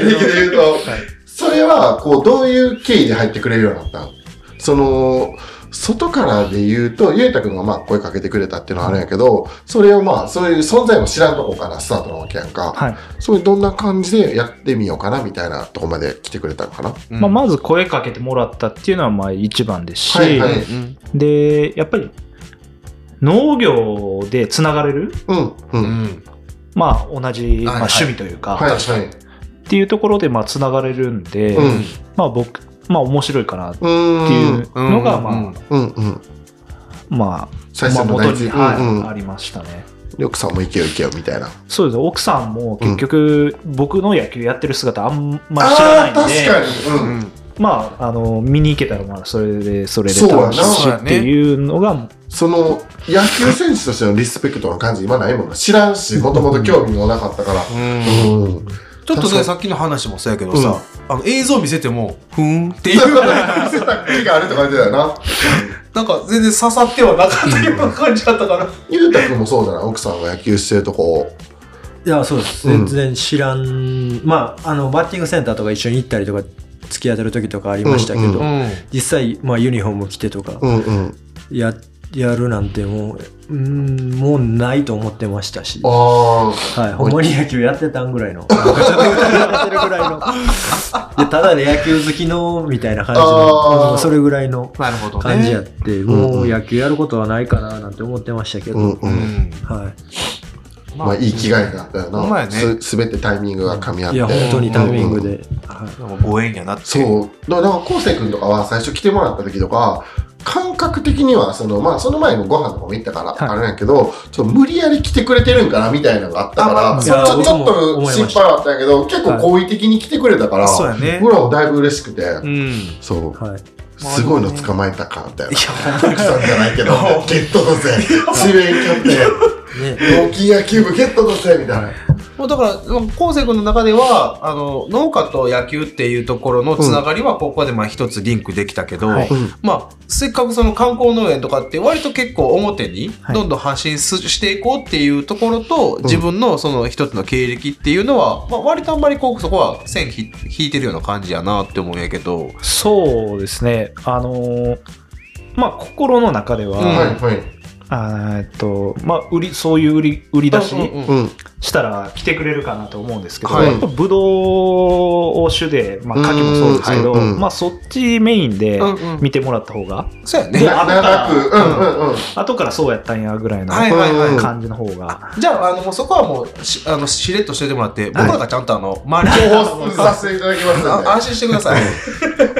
B: 歴で言うと、それはこうどういう経緯で入ってくれるようになったのその外からで言うと、ゆうたくんがまあ声かけてくれたっていうのはあるんやけど、それをまあ、そういう存在も知らんとこからスタートなわけやんか。
C: はい
B: そういうどんな感じでやってみようかなみたいなとこまで来てくれたのかな。
C: まあ、まず声かけてもらったっていうのはまあ一番ですし、
B: はいはい
A: うん
C: でやっぱり農業でつながれる、
B: うん、う。
A: うんん
C: まあ、同じ、まあ、
A: はいはい
C: 趣味というか、
B: はい、はい。
C: っていうところでまあつながれるんで、
B: うん、
C: まあ、僕、まあ、面白いかなっ
B: う
C: てい
B: ん。
C: うのが
A: うん
C: まあ、
A: うん
B: うん、うん。
C: まあ、
B: 最
C: まあ、
B: 初の
C: 元
B: 大事。
C: に、
B: う
C: はい
B: ん、う
C: あ
B: ん。
C: りましたね。
B: りょくさんも行けよ行けよみたいな。
C: そうです奥さんも結局、僕の野球やってる姿あんまり知ら
B: あ
C: ないん
B: ー
C: で、
B: 確かに。うん。
C: まあ、あの見に行けたらまあそれでそれで
B: そうやな
C: 楽しいしっていうのが
B: その、野球選手としてのリスペクトの感じ今ないもんな。知らんし、もともと興味もなかったから。
A: うん
B: うん。
A: ちょっと
B: 確か
A: ね
B: に
A: さっきの話もそうやけどさ、あの映像見せてもふーんっていう
B: 見せた国があるとか言ってたよな。
A: なんか全然刺さってはなかった ような感じだったから
B: ゆうたくんもそうじゃない奥さんが野球してるとこ。
D: いや、そうです。
B: うん
D: 全然知らん。まあ、あの、バッティングセンターとか一緒に行ったりとか、付き合ってる時とかありましたけど、
B: うんうん
D: 実際、まあ、ユニフォーム着てとか、
B: うんうん。
D: や、やるなんてもう、うん、もうないと思ってましたし、は
B: あ
D: い、ほんまに野球やってたんぐらいの、なん かちょっと疑ってるぐらいの、でただで野球好きの、みたいな感じ
B: あー
D: の、うんそれぐらいの
A: なるほど
D: 感じやって、
B: ん
D: もう野球やることはないかな、なんて思ってましたけ
B: あ。
D: ど、
B: うんう。
A: うんん
D: はい。
B: まあ、いい気概だったよな。
A: ほんまやね
B: すすべてタイミングが噛み合っ
D: い
B: て。
D: や、本当にタイミングで。はい
A: でもご縁やなって
B: そう。だから、こうせい君とかは最初来てもらった時とか、感覚的には、その、まあ、その前のご飯とかも行ったから、
C: は
B: あれなんやけど、ちょっと無理やり来てくれてるんかな、みたいなのがあったか
A: あ
B: ら、ち
D: まあ
B: ょ
D: い
B: ち
D: や
B: ょっ
D: 僕も
B: と
D: 思い
B: 心
D: ました
B: 配だったんやけど、結構好意的に来てくれたから、
A: そうやね
B: 僕らもだいぶ嬉しくて、
A: うん
B: そう。
D: はい。
B: すごいの捕まえたか、みたいな。
A: や
B: 奥さんじゃないけど、ゲットだぜ、智弁キャプ
D: ね
B: テン、大きい野球部ゲットだぜ、みたいな。
A: もうだから昴生君の中ではあの農家と野球っていうところのつながりはここでまあ一つリンクできたけど、
C: はい
B: うん
A: まあ、せっかくその観光農園とかって割と結構表に
C: はい
A: どんどん発信すしていこうっていうところと、
B: ん
A: 自分のその一つの経歴っていうのは、まあ、割とあんまりこうそこは線ひ引いてるような感じやなって思うんやけど、
C: そうですねあのーまあ心の中では、
A: うん
B: はい、はい。
C: あーえっとまあ、売りそういう売り売り出し
A: うんうん
B: うん。
C: したら来てくれるかなと思うんですけど、
A: はい
C: やっぱブドウを主で、まあ、牡蠣もそうですけど、
B: うんうんうん
C: まあ、そっちメインで
A: うんうん
C: 見てもらった方が、
A: そうやね
C: で。
B: な長く、うんうんうん。
C: 後からそうやったんやぐらいの
A: はいはいはい。
B: うん
C: 感じの方が、
A: じゃあ、あの、もうそこはもう、し、あの、しれっとしててもらって、僕らがちゃんとあの、周りを、
B: 放 出させていただきます
A: あ
B: ん
A: 安心してください。
B: で。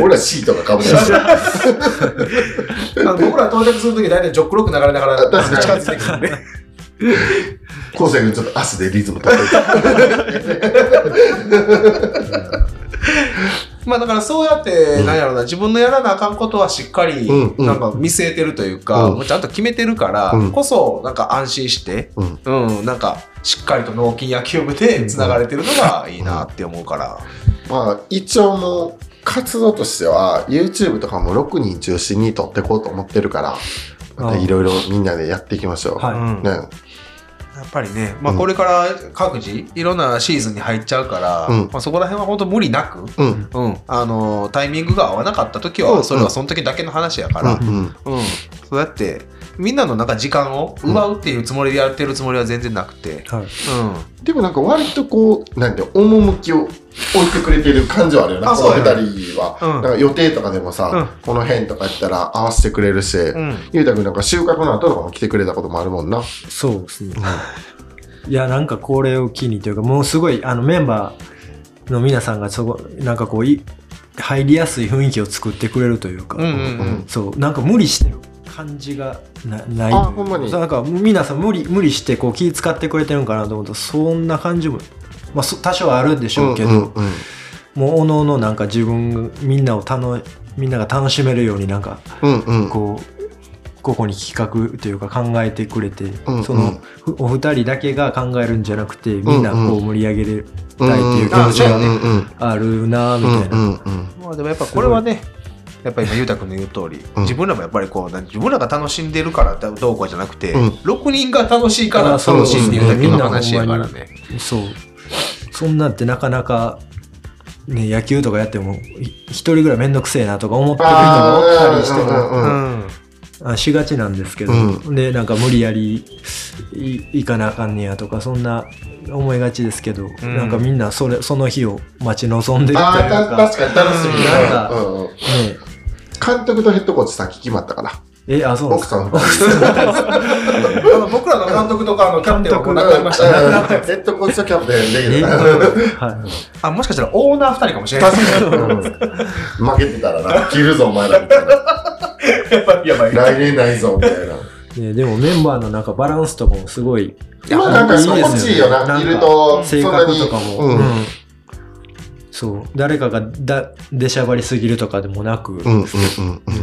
B: 俺らシートがかぶってます。
A: あの僕ら到着するとき大体ジョックロック流れながら、
B: 確かに
A: 近づいてくるんで。
B: 昴生君ちょっと足でリズム取ってた。
A: まあだからそうやって、
B: うん
A: なんやろうな、自分のやらなあかんことはしっかり
B: うん、うん
A: なんか見据えてるというか、
B: うん
A: もうちゃんと決めてるから
B: うん
A: こそ、なんか安心して、
B: うん
A: うん、なんかしっかりと納金野球部で繋がれてるのがいいなって思うから。
B: まあ、一応もう、活動としては、YouTube とかも6人中心に撮ってこうと思ってるから、またいろいろみんなでやっていきましょう。
D: はい
A: うん
B: ね。
A: やっぱりね、まあ
B: うん
A: これから各自、いろんなシーズンに入っちゃうから、
B: うん
A: まあそこら辺は本当無理なく、
B: うん。
A: うん、あのタイミングが合わなかった時
B: うん
A: は、それはその時だけの話やか
B: う
A: ら、
B: んうん。
A: うん、そうやってみんなのなんか時間を奪うっていうつもりでやってるつもりは全然なくて、
D: はい。
A: う
B: でもなんか割とこう、なんて、趣を置いてくれてる感じはあるよな、
A: あ
B: この
A: そうだ
B: 二人は。
A: うん
B: なんか予定とかでもさ、この辺とかやったら合わせてくれるし、
A: ん、うん、
B: ゆうたくんなんか収穫の後とかも来てくれたこともあるもんな。
D: そうですね。いや、なんかこれを機にというか、もうすごい、あの、メンバーの皆さんがそこ、なんかこう、い入りやすい雰囲気を作ってくれるというか、
A: うんうんうん
D: そう、なんか無理してる感じがなない
B: あほんまに
D: そうなんか皆さん無理、無理してこう気使ってくれてるんかなと思うと、そんな感じも、まあ、そ多少はあるんでしょうけど、
B: うんうんうん
D: もう、おのおのなんか自分、みんなを楽、みんなが楽しめるようになんか、
B: うんうん。
D: こうここに企画というか考えてくれて、
B: うん
D: そのふお二人だけが考えるんじゃなくてみんな
B: うん
D: こ
B: う
D: うん盛り上げれたいっていう気持ち
A: が
B: うんうん
D: があるなぁみ
B: うん
D: たいな、
B: うんうん
A: まあでもやっぱこれはねやっぱり今裕太君の言う通り、
B: うん
A: 自分らもやっぱりこうなん自分らが楽しんでるからだどうこうじゃなくて、
B: うん
A: 六6人が楽しいから
D: あそう
A: 楽しいっていうだけ
B: うん
A: の話やからね。
D: そうそんなんってなかなか、ね、野球とかやってもい一人ぐらい面倒くせえなとか思ってる人もおったりして
B: あーうんうんう
D: も
A: う
B: ん
A: ん
D: あしがちなんですけど、
B: う
D: でなんか無理やりい行かなあかんねやとかそんな思いがちですけど、
A: ん
D: なんかみんなそれその日を待ち望んでるという
B: あーた
D: か、
B: 確かに楽しみ
D: うん
B: だ、うんうん
D: ね
B: 監督とヘッドコーチ先決まったから
D: ええあそうなんで
B: 奥
D: す
B: さん
D: か
B: と
A: あの 僕らの監督とかあのキャプテンはもう亡くなりましたね
B: ヘッドコーチとキャプテンでき
D: え
B: るから
D: は
A: あもしかしたらオーナー2人かもしれない
B: 負けてたらな切るぞお前らみたい な
A: やばいやばい
B: 来年ないぞみたいない
D: ね、でもメンバーのなんかバランスとかもすごい
B: 今なんか
D: いいですよね
B: 心地いいよ
D: な
B: なん
D: か
B: いるとそん
D: 性
B: な
D: 格
B: に
D: とかも、
B: う
D: うんんそう誰かがだ出しゃばりすぎるとかでもなく、
B: うんうんうんうん
A: そう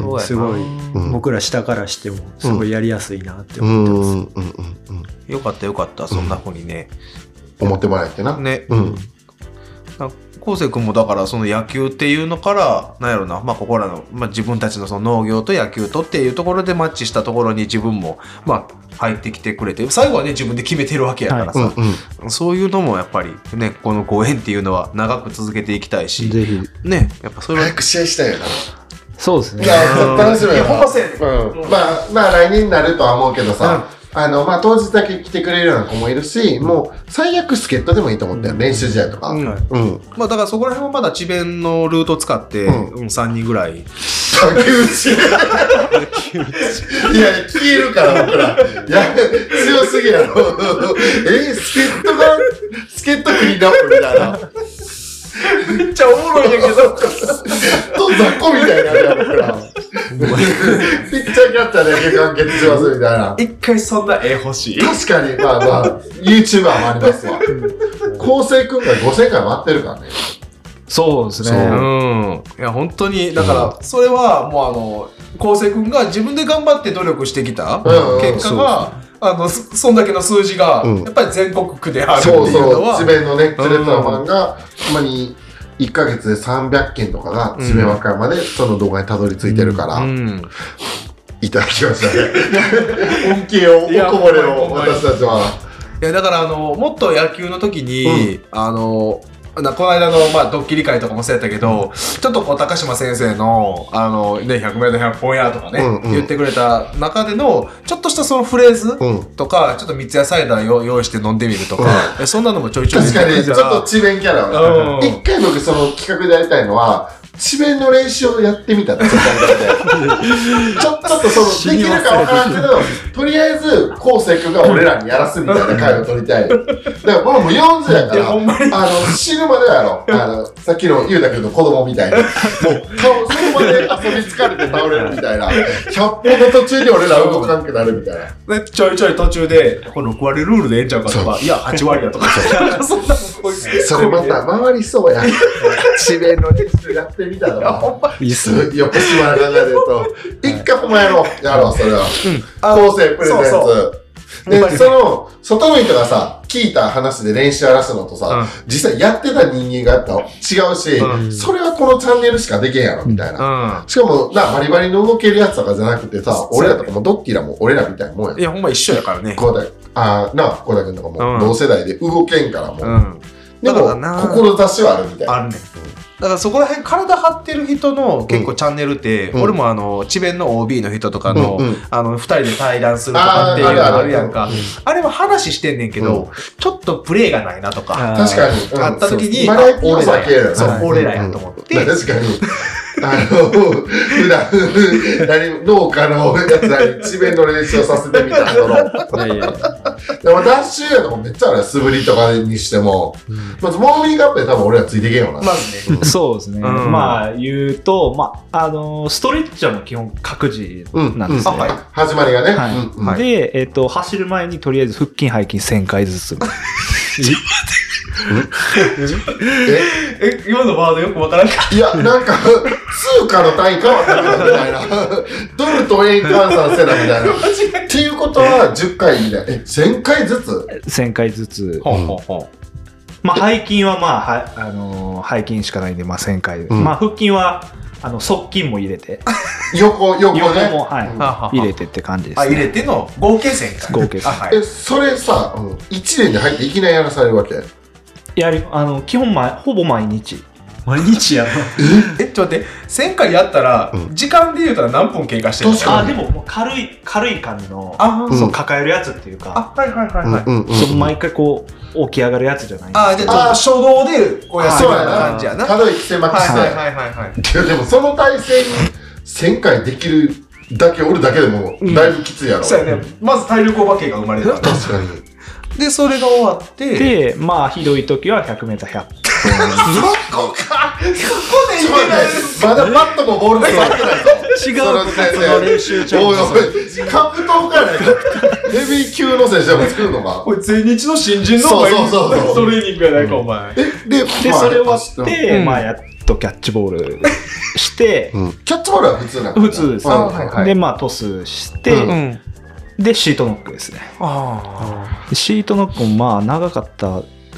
A: やな
D: すごい
B: うん
D: 僕ら下からしてもすごいやりやすいなって
B: う
D: 思
B: ん
D: っ
B: う
D: て
B: ん
D: ます、
B: うんうん
A: よかったよかったそんな子にね、
B: 思ってもらえてな
A: ね
B: うん
A: 昴生君もだからその野球っていうのからなんやろな、まあ、ここらの、まあ、自分たちのその農業と野球とっていうところでマッチしたところに自分も、まあ、入ってきてくれて最後はね自分で決めてるわけやから
B: う
A: さ、
B: んうん
A: そういうのもやっぱりねこのご縁っていうのは長く続けていきたいし
D: ぜひ
A: ねやっぱそれは
B: 早く試合したいよな
C: そうです
B: いや、そっからするよ
A: いやほんまそうやね
B: うんまあ、まあ、来年になるとは思うけどさ、あの、まあ、当日だけ来てくれるような子もいるし、もう、最悪助っ人でもいいと思ったよ、練習試合とか。
A: うん
B: うん。
A: まあだからそこら辺はまだ智弁のルート使って、
B: うん
A: うん、3人ぐらい
B: 竹 内。いや、消えるから、僕ら。いや、強すぎやろ。 え、助っ人が、助っ人クリーンアップみたいな。
A: めっちゃおもろいんやけど
B: と雑魚みたいになるやん、僕 ら。ピッチャーキャッチャーだけ完結しますみたいな。
A: 一回そんな絵欲しい
B: 確かに、まあまあ、YouTuber もありますわ。昴生君が5000回回ってるからね。
C: そうです
B: そう
C: ね。
A: うんいや本当にだか
B: う
A: らそれはもうあの昴生君が自分で頑張って努力してきた
B: うんうん
A: 結果が、あのそそんだけの数字が、
B: うん
A: やっぱり全国区であるっていう
B: そう
A: の
B: そう、
A: は
B: 智弁のね、釣れたファンが、ほんまに1ヶ月で300件とかが、智弁和歌山でその動画にたどり着いてるから、
A: うん
B: いただきましたね。恩恵を、お
A: いや
B: こぼれを、
A: ほんまに
B: 私たちは。
A: いやだからあのもっと野球の時に、あのなこの間の、まあ、ドッキリ会とかもそうやったけどちょっとこう高島先生の「あのね、100m100 本や」とかね、
B: うんうん
A: 言ってくれた中でのちょっとしたそのフレーズ
B: うん。
A: とか、ちょっと三ツ矢サイダーを用意して飲んでみるとか、えそんなのもちょいちょい
B: 確かに、ちょっと
A: と
B: 智弁キャラを
A: うん
B: ね。一回僕その企画でやりたいのは、智弁の練習をやってみたのちょっとちょっ とその、できるかわからんけど、とりあえず、昴生君が俺らにやらすみたいな回を取りたい。だから僕もう40やか
A: いやほんまに
B: ら、あの、死ぬまでやろ。あの、さっきのゆうたくんの子供みたいに。もう、顔、そこまで遊び疲れて倒れるみたいな。100歩の途中に俺ら動かんくなるみたいな。
A: ねちょいちょい途中で、これ6割ルールでええんちゃうかとか、いや、8割やとか、そんなのこういう
B: それまた回りそうや。智弁の練習やってみたの
A: いやほ
B: は
A: ん。ま
D: いいっすね
B: 横島流れと、一回ほんまやろう。やろう、それは。
A: あ
B: 構成プレゼンツ。
A: そう
B: で、その、外の人がさ、聞いた話で練習荒らすのとさ、実際やってた人間がやったら違うし、
A: うん
B: それはこのチャンネルしかできへんやろ、みたいな。
A: う
B: しかも、な、バリバリの動けるやつとかじゃなくてさ、俺らとかもドッキーらも俺らみたいなもんや
A: ん。い。や、ほんま一緒やからね。
B: こうだあーなあ、こうだくんとか
A: う
B: も
A: ん
B: 同世代で動けんからもう。
A: うん。
B: で
A: だ
B: も
A: からな、
B: 志はあるみたいな。
A: あるね。だからそこら辺体張ってる人の結構チャンネルって、
B: うん
A: 俺もあの智弁の OB の人とかの,、
B: うんうん
A: あの2人で対談するとかっていうの
B: あー
A: あ
B: あるある
A: るやんかあれは話してんねんけど、
B: う
A: ちょっとプレーがないなとか、
B: 確かに。うん
A: あった時に
B: バラエティーの
A: 俺ら
B: 先や
A: や
B: な
A: そう、
D: はい
A: 俺らやと思って、
B: まあ確 かに。あの、普段、何、農家のやつらに智弁の練習をさせてみたところ。
D: いやいや
B: でも、ダッシュやとかめっちゃあるよ素振りとかにしても。まず、ウォーミングアップで多分俺らついていけんよな。
A: まずね
C: そうですね。
A: うん
C: まあ言うと、まああのーストレッチャーも基本各自
B: うん
C: なんですね。
B: う始まりがね。
C: はい
B: うんうん
C: で、えっ、と、走る前にとりあえず腹筋、背筋1000回ずつ。
B: え
A: え今のワードよくわからんか
B: いや、なんか、通貨の単位変わったなみたいな。ドルと円換算せなみ たいな。っていうことは、10回みたいな。え、1000回ずつ
C: 1000回ずつ。
A: ほうほうほ
C: まあ、背筋はまあ、はあのー背筋しかないんで、まあ1000回。
B: うん
C: まあ、腹筋は、あの、側筋も入れて、
B: 横、横
C: 横
B: ね。
C: も、は
B: う
C: い
B: ん
A: ははは
C: 入れてって感じです、
A: あ
C: ね。
A: 入れての合計線か
C: 合計線
A: あはい
B: え、それさ、1年で入っていきなりやらされるわけ
C: やり、あの、基本、ま、ほぼ毎日。毎日やろ。
A: えちょっと待って1000回やったら、
E: うん
A: 時間で言うたら何分経過してるの
B: 確か
C: あ、
B: に
C: でももう軽い、軽い感じの、
A: あー
E: ん
A: そ
C: そうう、抱えるやつっていうか、
A: あはいはいはいはい、
E: うんうんうん
C: その毎回こう、起き上がるやつじゃないんです
A: あーじゃあちょっと初動でこうやってるような感じやな
B: 可動域狭くして、
A: はいはいはいはい
B: いやでもその体勢に1000回できるだけおるだけでもだいぶきついやろ、
A: そうやねまず体力お化けが生まれたんだ
E: 確かに
A: でそれが終わって
C: で、まあ、ひどい時は 100m100
B: そこか
A: ここでいけないです
B: まだバットもボールも触ってないぞ
D: 違う
B: その時点で
D: 習
B: おいおい格闘家やないかヘビー級の選手でも作るのか
A: これ全日の新人のお前
B: そうそうそうそう
A: トレーニングやないかお前
B: えで
C: で、
B: まあ
C: それ終わって、
A: うん
C: まあ、やっとキャッチボールして、
B: キャッチボールは普通なの
C: 普通です、
B: うんはいはい
C: で、まあ、トスして、
B: うん
A: ん
C: で、シートノックですね。
A: あ
C: シートノックも、まあ、長かった、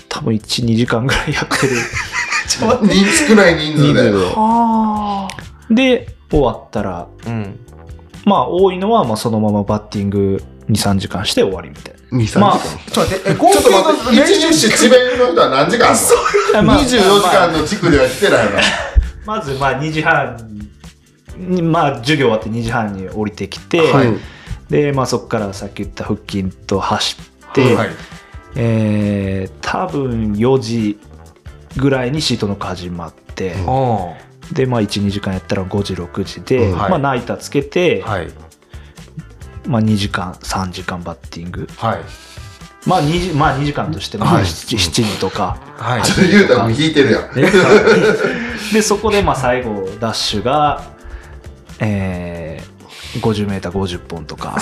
C: 多分1、2時間ぐらいやってる
B: 人少ない人数
C: 人
B: で
C: 数
A: あは
C: で。で、終わったら、
A: あうん
C: まあ、多いのは、まあ、そのままバッティング2、3時間して終わりみたい
E: 23時間、
C: まあ
A: ちょっと待ってえ合
B: ちょっと待
A: 計の
B: って
A: 練
B: 一
A: 習
B: 日
A: 時間
B: 智弁の人は何時間あるの
C: な。まあ
B: 24時間の地区では来てないの
C: まずまあ2時半に、まあ、授業終わって2時半に降りてきて、
E: はい
C: でまあ、そこからさっき言った腹筋と走って、
A: はい
C: えー多分4時ぐらいにシートの始まって、
E: う
A: あ
C: で、まあ、12時間やったら5時6時で、
E: うん
A: はい
C: まあ、ナイターつけて、
A: あはい
C: まあ、2時間3時間バッティング、
A: はい
C: まあ 2, 時まあ2時間としても、まあ
E: はい
C: 7, 7時とか
A: はい
B: ちょっとゆうたも引いてるやん
C: でそこでまあ最後ダッシュが、えー、50m50 本とか。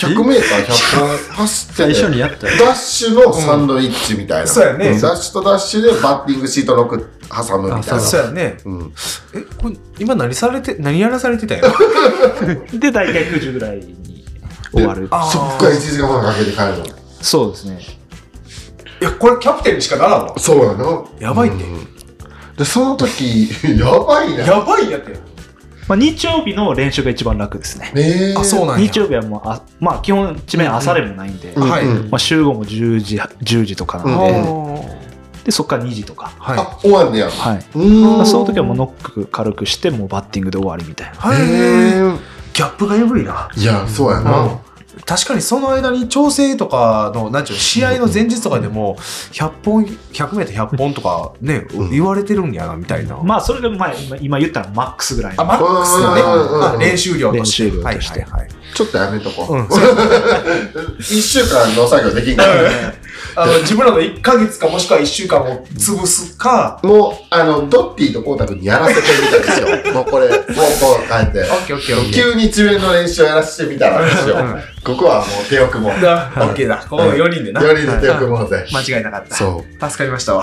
B: 100m100 本走って
D: 最
B: て
D: 初にやったよ
B: ダッシュのサンドイッチみたいな。
A: んそうやね
B: んダッシュとダッシュでバッティングシートロック挟むみたい
A: あ
B: な。
A: そうやね
E: うん、
A: えこれ今何されて何やらされてたよ
C: で大体9時ぐらいに終わる
A: あ
B: そっから1時間半かけて帰るの。
C: そうですね
A: いやこれキャプテンにしかならんわ
B: そうやの。
A: やばいって
B: で、その時、 やばいな。
A: やばいんやって
C: まあ、日曜日の練習が一番楽ですね
B: ねえ。
A: あそうなんや
C: 日曜日はもうあまあ基本地面朝練もないんで、
E: うん
A: はい
E: うん
C: まあ、週後も10時 ,10 時とかなん
A: あ
C: で,、
A: ー
C: でそこから2時とか
A: はい
B: あ、終わんねや。
C: はい、
E: うん
C: まあ、その時はもうノック軽くしてもうバッティングで終わりみたいな
A: はい
E: へえ
A: ギャップがえぐいない
B: や、そうや
A: う
B: な。
A: ん確かにその間に調整とかのなんちゅうの試合の前日とかでも100本 100m100 本とかね、
E: うん
A: 言われてるんやなみたいな、
C: まあそれがまあ今今言ったらマックスぐらい
A: あ
C: の
A: マックスのね、
B: うんうんうん
A: あ練習量として
C: 練習量として
A: はいはい
B: ちょっとやめとこ
A: は
B: う
A: い。うん
B: 1週間の作業できんから。
A: あの自分らの1か月かもしくは1週間を潰すか、
B: もう、あの、ドッティとコウタ君にやらせてみたんで すよ。もうこれ、もうこう変えて。急に智弁の練習をやらせてみたらですよ。ここはもう手を組もう。4
A: OK だ、この4人でな、
B: 人で手を組もうぜ。
A: 間違いなかった。
E: そ
A: 助かりました わ。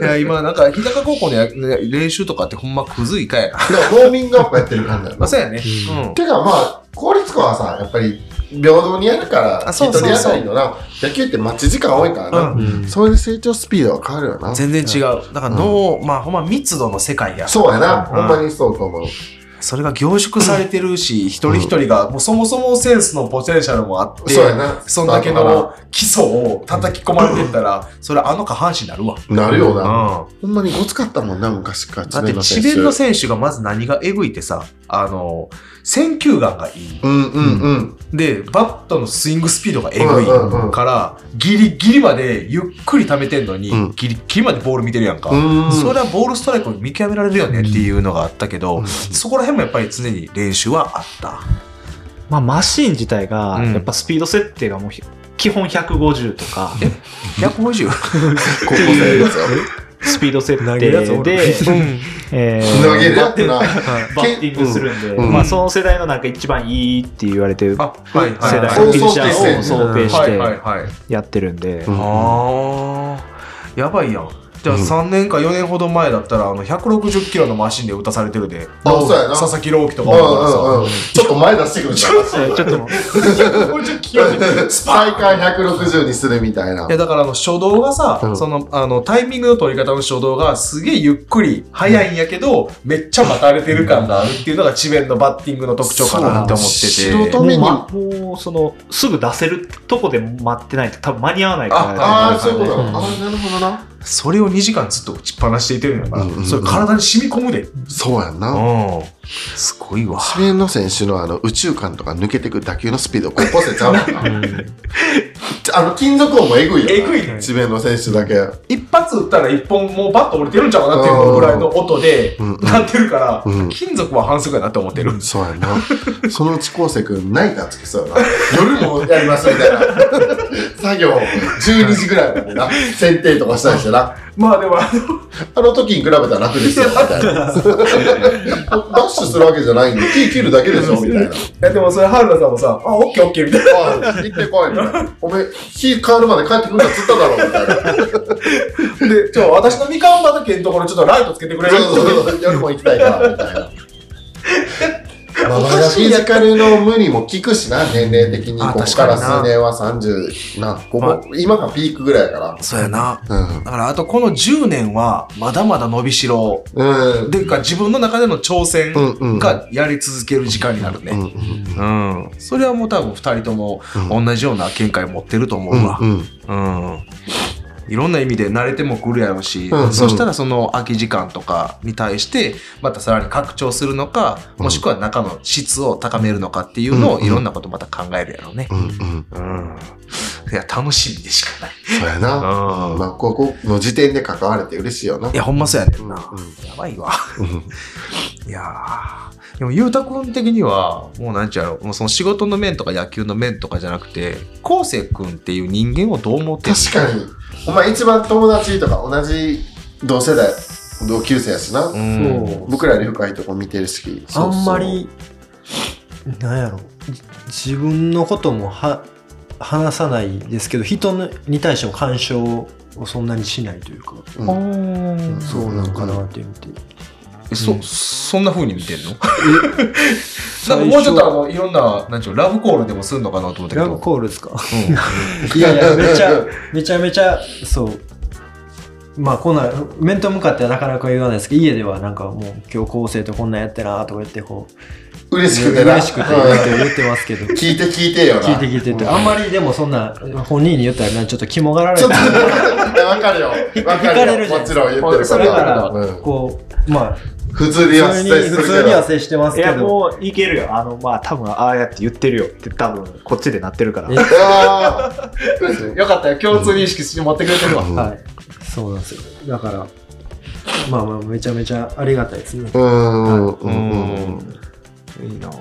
A: いや、今、なんか、日高高校のやね練習とかってほんまクズいかやな。
B: だからウォーミングアップやってる感じだよ
A: ま
B: な
A: あ、。そうやね。
E: うん
A: うん。
B: てかまあ公立校はさやっぱり平等にやるから
A: あそうそ
B: 一
A: うそう
B: 人当たりのな野球って待ち時間多いからな、
A: うん
B: それで成長スピードは変わるよな
A: 全然違う。だから脳、まあほんま密度の世界や。
B: そうやな、
A: う
B: ほ
A: ん
B: んまにそうと思う
A: それが凝縮されてるし、一人一人がもうそもそもセンスのポテンシャルもあって、
B: そうやな
A: そんだけ
B: だか
A: の基礎を叩き込まれてったら、それあの下半身になるわ。
B: なるよな、
A: う
B: ほんまにごつかったもんな昔から
A: ん。だって智弁の選手がまず何がえぐいってさ、あの、選球眼がいい。
B: うんうんうん
A: で、バットのスイングスピードがえぐい
B: うんうんうん
A: から、ギリギリまでゆっくり溜めてんのに、
E: うん
A: ギリギリまでボール見てるやんか。
B: うん
A: それはボールストライクを見極められるよねっていうのがあったけど、そこら辺もやっぱり常に練習はあった。
C: まあ、マシン自体が
A: うん
C: やっぱスピード設定がもうひ基本150とか
A: 150?
B: 高校生ですよ
C: スピード設定
D: 投げるやつおる
C: で、えー
B: 投げるやつな
C: バッティングするんで、
E: うん
C: まあ、その世代のなんか一番いいって言われてる
A: あ、はい
C: 世
A: はい
C: 代
A: はい。
C: のピッチャーを想定し
A: はいはい
C: て
A: はい。
C: やってるんで、
E: うん
A: ああ、やばいやん。じゃあ
E: うん
A: 3年か4年ほど前だったら、あの、160キロのマシンで打たされてるで。
B: あそうやな
A: 佐々木朗希と
B: う
A: か
B: ん
A: もだから
B: うんうんちょっと前出してくるじゃん
C: えーちょっと
A: 150キロでスパ
B: 最
A: ーン
B: 下160にするみたいない
A: やだからあの初動がさ、
E: うん
A: そのあのタイミングの取り方の初動がすげえゆっくり速いんやけど、めっちゃ待たれてる感があるっていうのが智弁のバッティングの特徴かなって思って
B: そ
A: て
B: う素人
C: も
B: 目
C: う、
B: に
C: ま、もうそのすぐ出せるとこで待ってないと多分間に合わないから
A: あ
B: ああそういうことなのああなるほどな
A: それを2時間ずっと打ちっぱなしていてるんやから、
B: うんうんうん
A: それ体に染み込むで。う
B: そうやんな。
A: ん。すごいわ。
B: 智弁の選手のあの宇宙間とか抜けてく打球のスピード、高校生ちゃうもんな あの金属音もえぐいよな。
A: えぐいね
B: 智弁の選手だけ。
A: 一発打ったら一本もうバッと折れてるんちゃうかなっていうぐらいの音で
B: うんうん
A: なってるから、
B: うん
A: 金属は反則やなって思ってる。
B: そうやな。 そのうち昴生君、泣いたつきそうやな。夜もやりますみたいな。 作業、12時ぐらいまでな。剪定とかしたりしてな。
A: まあで も、あの
B: あの時に比べたら楽ですよ、みたいな。ダ ッシュするわけじゃないんで、木切るだけでしょ、みたいな。
A: いやでもそれ、春菜さんもさ、あ、オッケーオッケーみたいな。
B: おい行ってこい、みたいな。おめえ、火変わるまで帰ってくるんだっつっただろ、みたいな。
A: で、ちょ、私のみかん畑のところちょっとライトつけてくれる
B: そうそうそう夜も行きたいからみたいな。まあ、
A: お
B: ま
A: か
B: だフ
A: し
B: ィ
A: いや
B: ジカルの無理も効くしな、年齢的に。
A: あ
B: ここ
A: 確
B: か
A: かに
B: ら
A: な
B: 数年は30な、こ
A: まあ
B: こ今がピークぐらいやか
A: そうやな。
B: ら。
A: だから、あとこの10年は、まだまだ伸びしろ。
B: うん。うん。
A: でか、自分の中での挑戦
B: うんうん
A: がやり続ける時間になるね。
B: うん
A: うん、それはもう多分2人とも同じような見解持ってると思う
B: うん
A: わ、
B: う
A: うん
B: ん
A: いろんな意味で慣れてもくるやろうし、
B: うんうん
A: そしたらその空き時間とかに対してまたさらに拡張するのか
B: うん
A: もしくは中の質を高めるのかっていうの
B: う
A: を
B: んうん
A: いろんなことまた考えるやろうね、
B: うんうん。
A: うん、いや楽しみでしかない、
B: そうやな。
A: うん
B: まあ、ここの時点で関われて嬉しいよな。
A: いやほんまそうやね
B: うんんうん
A: な、やばいわ
B: うん
A: いやーでも、ゆうたくん的には、もうなんちゃろう、もうその仕事の面とか野球の面とかじゃなくて、こうせくんっていう人間をどう思ってんの
B: 確かに。お前一番友達とか同じ同世代、同級生やしな。
A: うん。
D: そう
B: 僕らより深いとこ見てるし。
D: あんまりなんやろじ自分のこともは話さないですけど人のに対しても干渉をそんなにしないというか、
B: うん
A: うん
D: そうなのかなって見て、
A: えそ、
D: うん
A: そんな風に見てんの なん
D: 初
A: かもうちょっとあの、いろんな、なんちゃろう、ラブコールでもするのかなと思ったけど。
D: ラブコールですか
A: うん
D: いやいやめちゃめちゃめちゃそうまあこんな面と向かってはなかなか言わないですけど家ではなんかもう今日高生とこんなんやってなとか言ってこう
B: 嬉しくてな。
D: 嬉しくて言って言ってますけど
B: うん聞いて聞いてよな。
D: 聞いて聞いてて、あんまりでもそんな、本人に言ったらなんかちょっと肝がられ
B: ちょっと、
D: た。
B: わかるよ。わか
D: 引かれる
B: る
D: じ
B: よ。
D: ゃん
B: もちろん言ってる
D: そ
B: か
D: れから
B: ら。、うん
D: こう、まあ、
B: 普通には接
D: 普通に、
B: する
D: 普通には接してます
C: い
D: け
C: や
D: ど、
C: もういけるよあのまあ多分ああやって言ってるよって多分こっちでなってるから
D: え
B: けど。あ ー
A: よかったよ、共通認識して持ってくれてるわ。
B: うん
D: はい。そうなんですよ。だから、まあまあ、めちゃめちゃありがたいですね。
B: うんう
A: うん
B: うんうん。
A: ん。いいな。
D: うん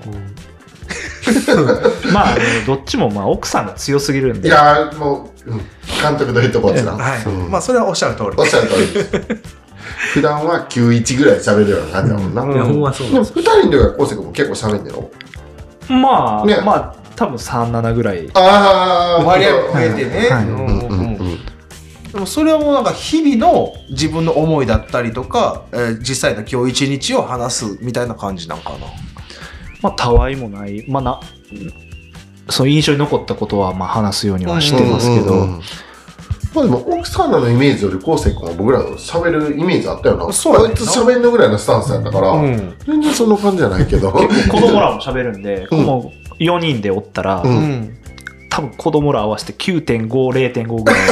C: まああのどっちもまあ奥さんが強すぎるん
B: い
C: で
B: やー、もう、うん監督のいいとこっちな。
A: はい。
B: うん
A: まあ、それはおっしゃる通り。
B: おっしゃる通りです。普段は91ぐらい喋るような感じだもんな。
A: う
D: いや、
B: で
D: ほんまそうなん
B: も
D: です
B: 二人の時は昴生君も結構喋んねんの
C: まあ、
B: ね
C: まあ多分37ぐらい
B: あー、
A: 割合増えてね。
C: はい
A: うん
B: う
A: う
B: んうん
A: うん
B: んうん。
A: でもそれはもうなんか日々の自分の思いだったりとか、えー実際の今日一日を話すみたいな感じなんかな。
C: まあたわいもないまあなその印象に残ったことはまあ話すようにはしてますけど、
B: うんうんうんまあでも奥さんらのイメージより昴生君は僕らの喋るイメージあったよな
A: そうやねん
B: あ
A: ない
B: つ喋んのぐらいのスタンスやったから、
A: うん。
B: 全然そんな感じじゃないけ ど
C: 結構子供らも喋るんで、
B: うん
C: もう4人でおったら、
B: うん
A: うん。
C: 多分子供ら合わせて9.50.5ぐ らい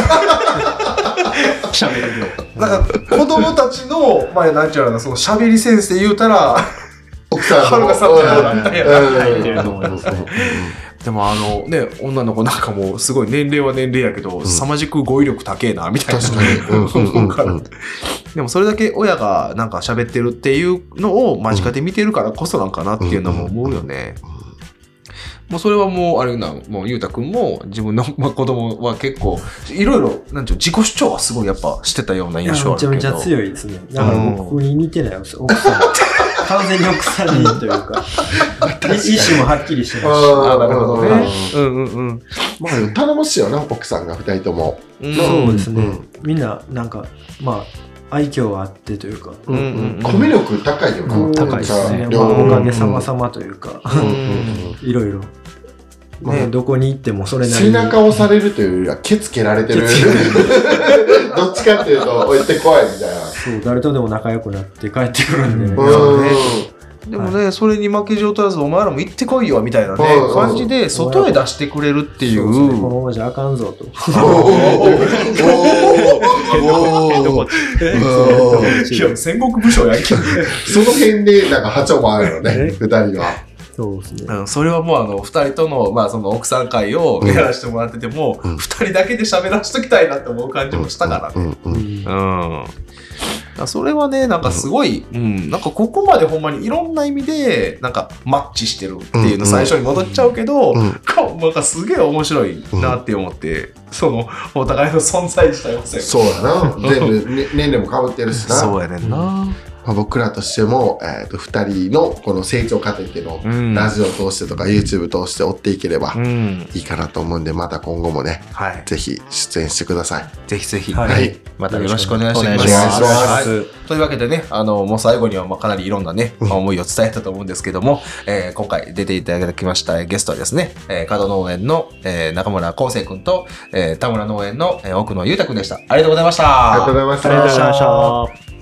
C: 喋れるよ
A: なんか子供たちの、まあ、なんちゅうのかな、その喋りセンスで言うたら、
B: 奥さん
A: はるかさんの方がね
C: 入ってると思います
A: でもあのね、女の子なんかもすごい年齢は年齢やけど、凄まじく語彙力高えな、みたいな。
B: 確かにうんうんうんうん
A: 思うからでもそれだけ親がなんか喋ってるっていうのを間近で見てるからこそなんかなっていうのも思うよね。もうそれはもうあれなもう裕太君も自分の、 まあ、子供は結構いろいろなんちゅう自己主張はすごいやっぱしてたようない
D: や
A: 印象あ
D: め
A: る
D: ち
A: け
D: ゃ
A: ど
D: めちゃ強いですね。だから
A: うん
D: 僕に似てないです、奥さん。完全に奥さんにとい うか、意思もはっきりしてますし。
A: あーなるほどね
B: う
A: うんうんうん
B: まあでも頼もしいよな奥さんが二人とも
A: うん
D: そうですね、
B: うん
D: みんななんかまあ愛嬌はあってというか、
A: うんうん
B: コミュ力高いよな、
C: うん高いで
B: じ
C: す
B: ゃ
C: ね
B: あ
D: まあ、
B: 両方
D: お
B: が
D: かげさまさまというか、
B: うんうん
D: いろいろ、ね
B: まあ
D: どこに行ってもそれなり
B: 背
D: に
B: 中を押されるというよりはケツ蹴られてるどっちかっていうと置いて怖いみたいな
D: そう誰とでも仲良くなって帰ってくるんで、
A: うん
D: いや
A: そう
B: うん
A: ねでもね、それに負けじを取らずお前らも行ってこいよみたいなね
B: うんうん
A: 感じで外へ出してくれるってい
D: そうですねこの
A: う
D: ままじゃあかんぞと
B: おーおーおーおー
C: コーチ。
B: うん
C: いや
A: 戦国武将やき、
B: その辺で、なんか波長もあるよね、
D: ね
B: 二人は。
D: そうですね。
A: うん、それはもうあの2人との,、まあその奥さん会を
B: うん
A: やらせてもらってても、
B: う
A: 二
B: ん
A: 2人だけで喋らしときたいなって思う感じもしたからね。
B: うんうん
A: うんだからそれはねなんかすごい、うん、なんかここまでほんまにいろんな意味でなんかマッチしてるっていう
B: うん
A: の最初に戻っちゃうけど、
B: うん
A: かなんかすげえ面白いなって思って、そのお互いの存在自体をせ
B: そうやな。全部、ね、年齢もかぶってるしな。
A: そうやねんな、
B: まあ、僕らとしても、えー、と2人のこの成長過程っていうのを
A: うん
B: ラジオ通してとか YouTube 通して追っていければ
A: うん、
B: いいかなと思うんでまた今後もね
A: はい
B: ぜひ出演してください。
A: ぜひぜひ、
D: はい
B: はい
A: またよろしくお願いし
B: お
A: ま
B: 願
A: す
B: いします
A: はいというわけでね、あの、もう最後にはまあかなりいろんなね、まあ思いを伝えたと思うんですけども、えー今回出ていただきましたえーゲストはですね、えー、加藤農園の、えー中村康生君と、えー田村農園の、えー奥野裕太君でした。ありがとうございました。
B: ありがとうございまし
C: ありがとうござい
B: た
C: ました。